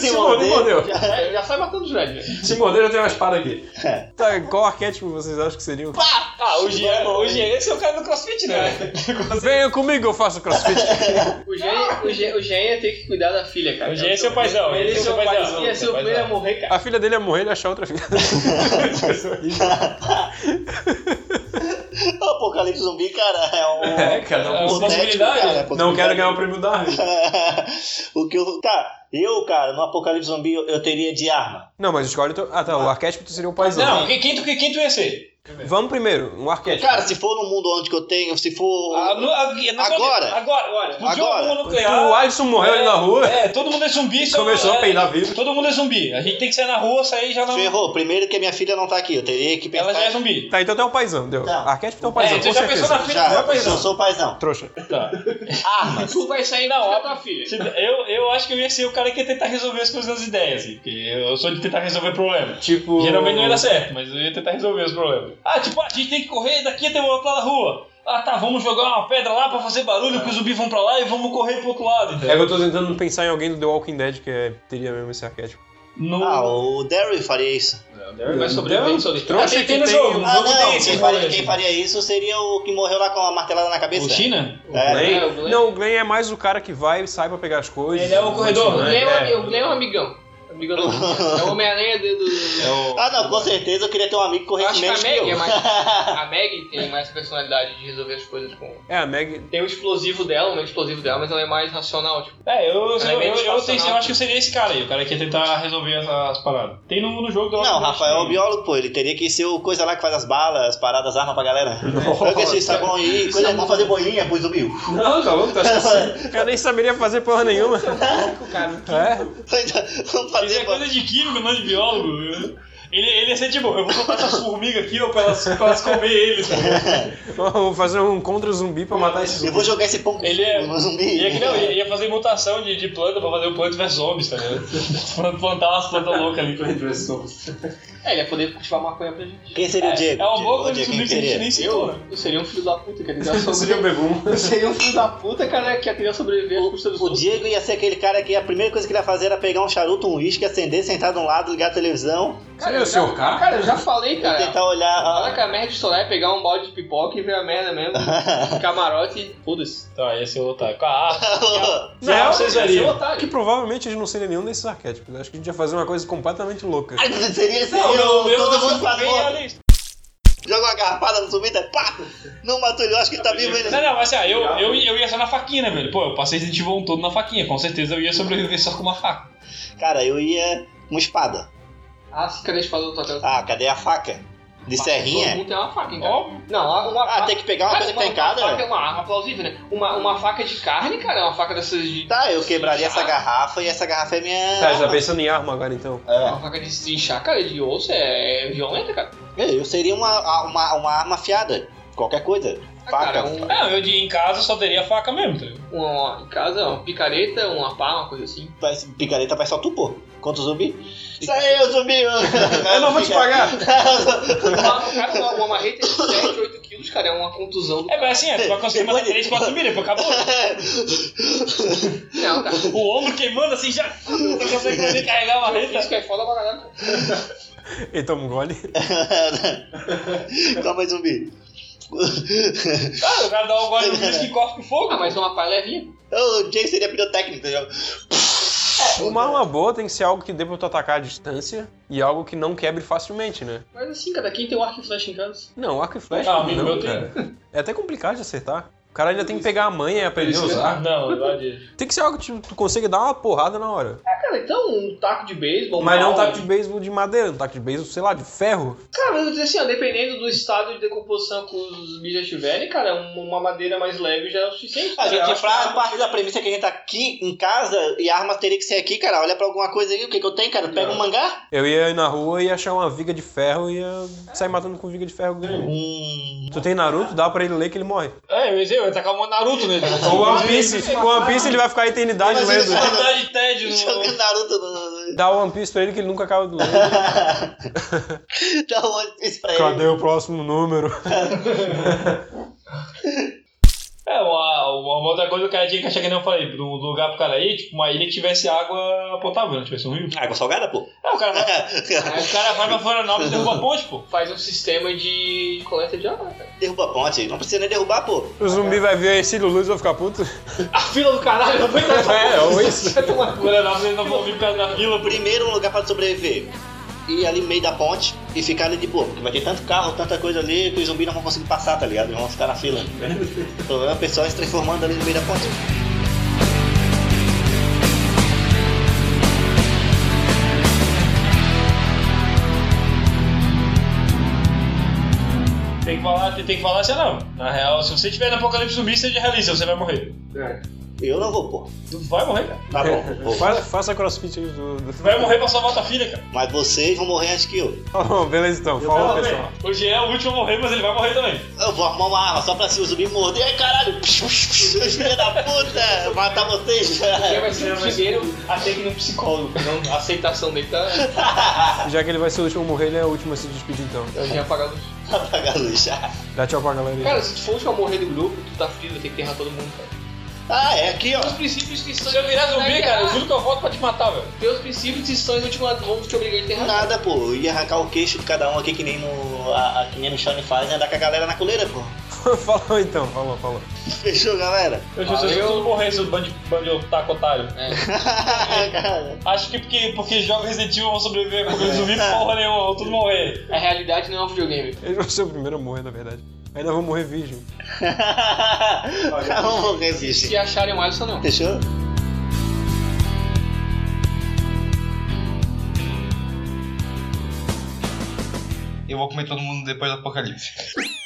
S3: Se,
S1: Se
S3: morder.
S1: morder, mordeu.
S2: É, Já, já sai matando os velhos. né?
S1: Se morder, eu tenho uma espada aqui.
S3: É.
S1: Tá, qual arquétipo vocês acham que seria? o-
S4: Ah, o Jean, o Jean, esse é o cara do crossfit, né?
S1: Venha comigo, eu faço crossfit.
S2: O Gen- O Gen o Gen ia ter que cuidar da filha, cara.
S4: O Jean é seu paizão, ele é seu paizão.
S2: Ia ser o primeiro a morrer, cara.
S1: A filha dele ia morrer, ele ia achar outra filha.
S3: Apocalipse zumbi, cara, é um.
S1: cara,
S4: É uma
S3: hipotético,
S4: possibilidade.
S3: cara, é
S1: Não quero um
S3: possibilidade.
S1: ganhar o prêmio Darwin.
S3: o que eu. Tá, Eu, cara, no apocalipse zumbi eu, eu teria de arma.
S1: Não, mas escolhe. Tu... Ah, tá. O arquétipo tu seria um
S2: É.
S1: paizão.
S4: Não, quem, quem, tu, quem tu ia ser?
S1: Vamos primeiro, um arquétipo.
S3: Cara, se for no mundo onde que eu tenho, se for.
S4: Ah, no- ah, na-
S3: Agora.
S4: Agora, olha. Explodiu
S3: Agora.
S4: a bomba
S1: o
S4: nuclear.
S1: Alisson morreu ali na rua.
S4: É, todo mundo é zumbi. só-
S1: Começou a peidar vivo.
S4: Todo mundo é zumbi. A gente tem que sair na rua, sair já na...
S3: Ferrou. Primeiro que a minha filha não tá aqui. Eu teria que pensar.
S4: Ela já é zumbi.
S1: Tá, então tu é um paizão, deu.
S3: Tá.
S1: Arquétipo tu é um paizão,
S4: é,
S1: com
S4: tu já
S1: certeza.
S4: pensou na filha,
S3: Já,
S4: tu é
S3: eu
S1: então.
S4: paizão.
S3: sou paizão.
S1: Trouxa.
S4: Tá.
S3: Armas.
S2: Tu vai sair na hora, tua filha.
S4: Se- Eu, eu acho que eu ia ser o cara que ia tentar resolver as coisas das ideias, assim, porque eu sou de tentar resolver problemas.
S1: Tipo.
S4: Geralmente não ia dar certo, mas eu ia tentar resolver os problemas. Ah, tipo, ah, a gente tem que correr daqui até o outro lado da rua. Ah, tá, vamos jogar uma pedra lá pra fazer barulho, que os zumbis vão pra lá e vamos correr pro outro lado.
S1: É
S4: entendeu?
S1: que eu tô tentando pensar em alguém do The Walking Dead que é- teria mesmo esse arquétipo.
S4: No...
S3: Ah, o Daryl faria isso.
S2: Vai sobreviver, Tá só de
S1: Trouxa
S4: tem-
S1: que
S4: tem no
S1: tem
S4: jogo.
S1: um-
S4: Ah,
S3: Ah, não.
S4: tem,
S3: Quem
S4: sim,
S3: faria,
S4: tem.
S3: quem faria isso seria o que morreu lá com a martelada na cabeça.
S4: O China?
S3: É.
S1: Glenn?
S2: É, o Glenn.
S1: Não, o Glenn é mais o cara que vai e sai pra pegar as coisas.
S4: Ele é o corredor,
S2: O
S4: né?
S2: Glenn
S1: É.
S2: é um- o Glenn é um amigão. Amigão do... É o Homem-Aranha do... do-
S1: É
S3: Ah, não, com certeza eu queria ter um amigo que
S2: Eu
S3: corresse
S2: acho que a
S3: menos que eu.
S2: Meg é mais... A Meg tem mais personalidade de resolver as coisas com...
S1: É, a Meg.
S2: Tem o explosivo dela, o explosivo dela, mas ela é mais racional, tipo...
S4: É, eu, eu,
S2: Ela é
S4: eu,
S2: bem
S4: eu, eu, tenho- eu
S2: disfarçada.
S4: acho que eu seria esse cara aí, o cara que ia tentar resolver as, as paradas. Tem no, no jogo do
S3: Não, o Rafael é o biólogo, pô. Ele teria que ser o coisa lá que faz as balas, as paradas, as armas pra galera. Pega esse sabão aí,
S4: é
S3: coisa vamos fazer boinha, pois o Bill.
S1: Não, tá louco, tá Eu nem saberia fazer porra nenhuma. É?
S3: Então, Vamos
S4: Isso é
S3: fazer bo-
S4: coisa de químico, não de biólogo. Ele, ele ia ser tipo, eu vou soltar essas formigas aqui ó, pra, elas, pra elas comer eles. pô.
S1: Vamos fazer um contra zumbi pra matar esse
S3: Eu
S1: zumbi.
S3: vou jogar esse pão com
S4: Ele é-
S3: no zumbi.
S4: Ia, que não, ia, ia fazer mutação de, de planta pra fazer o planta versus zombies, tá ligado? Plantar umas plantas loucas ali.
S2: É, ele ia poder cultivar maconha pra gente.
S3: Quem seria o Diego?
S4: É uma
S3: Diego,
S4: boa coisa de
S3: Diego, quem
S4: zumbi que a gente
S3: seria?
S4: nem citou. né?
S2: Eu, eu seria um filho da puta, que ia tentar
S1: Seria o
S2: sobreviver.
S1: Bebum.
S2: Eu seria um filho da puta, cara, que ia tentar sobreviver às custas dos
S3: O
S2: outros.
S3: Diego ia ser aquele cara que a primeira coisa que ele ia fazer era pegar um charuto, um uísque, acender, sentar de um lado, ligar a televisão,
S1: Seria o seu cara?
S2: Cara, eu já falei,
S3: e
S2: cara.
S3: tentar
S2: Fala
S3: olhar.
S2: que a merda de estourar é pegar um balde de pipoca e ver a merda mesmo. Camarote. Foda-se.
S4: Tá, ia ser o otário. Ah,
S3: a-
S1: Não,
S4: não, vocês
S2: Ia ser um
S4: veriam.
S2: otário.
S1: Que provavelmente eles não seriam nenhum desses arquétipos. Acho que a gente ia fazer uma coisa completamente louca.
S3: seria seria
S4: Não,
S3: o-
S4: meu,
S3: todo mundo tá pra
S4: bem
S3: fora.
S4: realista.
S3: Joga uma garrafada no zumbi, tá? pá! Não matou ele, eu acho que ele tá vivo ainda.
S4: Não, não, mas assim, ah, eu, eu, eu ia só na faquinha, né, velho? Pô, eu passei Resident Evil todo na faquinha. Com certeza eu ia sobreviver só com uma faca.
S3: Cara, eu ia uma espada.
S2: Ah, se cadê a espada do Tatel?
S3: Ah, cadê a faca? De
S2: Todo
S3: serrinha?
S2: mundo tem uma faca em casa.
S4: Óbvio.
S2: Não, uma
S3: Ah,
S2: faca.
S3: tem que pegar uma
S2: Cara,
S3: coisa que tem em
S2: Uma faca é
S3: casa?
S2: uma arma plausível, né? Uma, uma faca de carne, cara, é uma faca dessas de.
S3: Tá, eu quebraria essa garrafa e essa garrafa é minha.
S1: Tá, já tá
S3: arma.
S1: pensando em arma agora então.
S3: Tá.
S5: É.
S2: Uma faca de se inchar, cara, de osso é, é violenta, cara.
S3: É, eu seria uma, uma, uma arma afiada. Qualquer coisa.
S2: Ah,
S3: Faca.
S2: cara, um-
S4: Não, eu de, em casa só teria faca mesmo, tá ligado?
S2: Uma, em casa, uma picareta, uma pá, uma coisa assim.
S3: Vai- picareta vai só tu, pô. Contra o zumbi. Isso aí, ô zumbi! Eu
S1: Eu não vou te pagar!
S2: Uma, cara, uma, uma marreta de 7, 8 quilos, cara, é uma contusão do.
S4: É, mas tipo, assim, é, tu vai conseguir matar
S3: Depois-
S4: 3, 4 mil, depois acabou.
S2: Não, cara.
S4: O ombro queimando assim já. Tu consegue fazer carregar uma reta.
S2: Isso que é foda pra caralho.
S1: E toma um gole.
S3: Calma aí, zumbi.
S4: Cara, o cara dá um gole no risco e corre pro
S2: Ah,
S4: fogo.
S2: mas uma pá é levinha.
S3: O Jake seria pirotécnico, tá ligado?
S1: Uma arma boa tem que ser algo que dê pra tu atacar à distância e algo que não quebre facilmente, né?
S2: Mas assim, cara, quem tem o arco e flecha em casa?
S1: Não, arco e flecha.
S4: Ah, amigo
S1: não,
S4: meu
S1: cara. É até complicado de acertar. O cara ainda tem que pegar a manha e aprender a usar.
S4: Não, verdade.
S1: Tem que ser algo que tipo, tu consiga dar uma porrada na hora.
S2: Ah, cara, então um taco de beisebol.
S1: Mas não um
S2: uma-
S1: taco de beisebol de madeira, um taco de beisebol, sei lá, de ferro.
S2: Cara, mas eu dizer assim, ó, dependendo do estado de decomposição que os bichos estiverem, cara, um- uma madeira mais leve já é o suficiente.
S3: A
S2: cara. Eu
S3: gente,
S2: acho
S3: pra partir da premissa que a gente tá aqui em casa e a arma teria que ser aqui, cara, olha pra alguma coisa aí, o que que eu tenho, cara? Pega um mangá?
S1: Eu ia na rua e achar uma viga de ferro e ia sair matando com viga de ferro grande.
S3: Um...
S1: Tu tem Naruto, dá pra ele ler que ele morre.
S4: É, eu ia dizer, eu ia tacar uma Naruto nele.
S1: O One Piece, o One Piece ele vai ficar a eternidade
S3: Mas ele-
S1: lendo.
S4: é Verdade, tédio.
S3: Jogando Naruto no...
S1: Dá o One Piece pra ele que ele nunca acaba de ler.
S3: Dá um One Piece pra ele.
S1: Cadê o próximo número?
S4: É, uma, uma outra coisa que o cara tinha que achar que nem eu falei, de um lugar pro cara ir, tipo, uma ilha que tivesse água potável, não tivesse um rio.
S3: Água salgada, pô.
S4: É, o cara vai, o cara vai pra Florianópolis e derruba a ponte, pô.
S2: que Faz um sistema de coleta de água, cara.
S3: Derruba a ponte, não precisa nem derrubar, pô.
S1: O zumbi vai ver esse Luz e vai ficar puto.
S2: A fila do caralho, não foi
S1: É, ou isso.
S2: Vai tomar cu.
S4: Florianópolis ainda vão vir perto da vila, por
S3: Primeiro um lugar pra sobreviver. Ir ali no meio da ponte e ficar ali de boa. Porque vai ter tanto carro, tanta coisa ali que os zumbis não vão conseguir passar, tá ligado? Eles vão ficar na fila. Então é o pessoal se transformando ali no meio da ponte.
S4: falar, tem que falar assim, ah, não. Na real, se você tiver no apocalipse zumbi, seja realista, você vai morrer.
S2: É.
S3: Eu não vou, pô.
S4: Tu vai morrer, cara.
S3: Tá bom, vou.
S1: Fa- faça crossfit aí do. do...
S4: Tu vai morrer pra salvar tua filha, cara.
S3: Mas vocês vão morrer antes que eu.
S1: Oh, beleza então, falou pessoal.
S4: O Jean é o último a morrer, mas ele vai morrer também.
S3: Eu vou arrumar uma arma só pra se o zumbi morder. Ai, caralho! Filha da puta! Matar vocês!
S2: Quem vai ser o primeiro a ter que ir no psicólogo? Não, a aceitação dele tá.
S1: Já que ele vai ser o último a morrer, ele é o último a se despedir então.
S2: Eu já apagar a luz.
S3: Apagar a luz já.
S1: Dá tchau pra galera aí.
S2: Cara, se tu for o último a morrer do grupo, tu tá fudido, tem que enterrar todo mundo, cara.
S3: Ah, é aqui, ó.
S2: Teus princípios cristãos.
S4: Se eu virar zumbi, cara, eu juro que eu volto pra te matar, velho.
S2: Teus princípios cristãos vão te, ma- vão te obrigar a enterrar.
S3: Nada, pô. Eu ia arrancar o queixo de cada um aqui que nem no. A, a- que nem no Shone faz e andar com a galera na coleira, pô.
S1: falou então, falou, falou.
S3: Fechou, galera?
S4: Eu juro que
S2: Valeu.
S4: eu morrer, seu bando de- bando de otaku otário.
S3: Cara,
S4: Acho que porque, porque joga Resident Evil vão sobreviver com o zumbi, porra nenhuma, vão todos morrer.
S2: A realidade não é um videogame.
S1: Ele vai ser o primeiro a morrer, na verdade. Ainda vou morrer virgem.
S3: Vamos morrer, bicho.
S2: Se acharem o Alisson, não.
S3: Fechou?
S5: Eu vou comer todo mundo depois do apocalipse.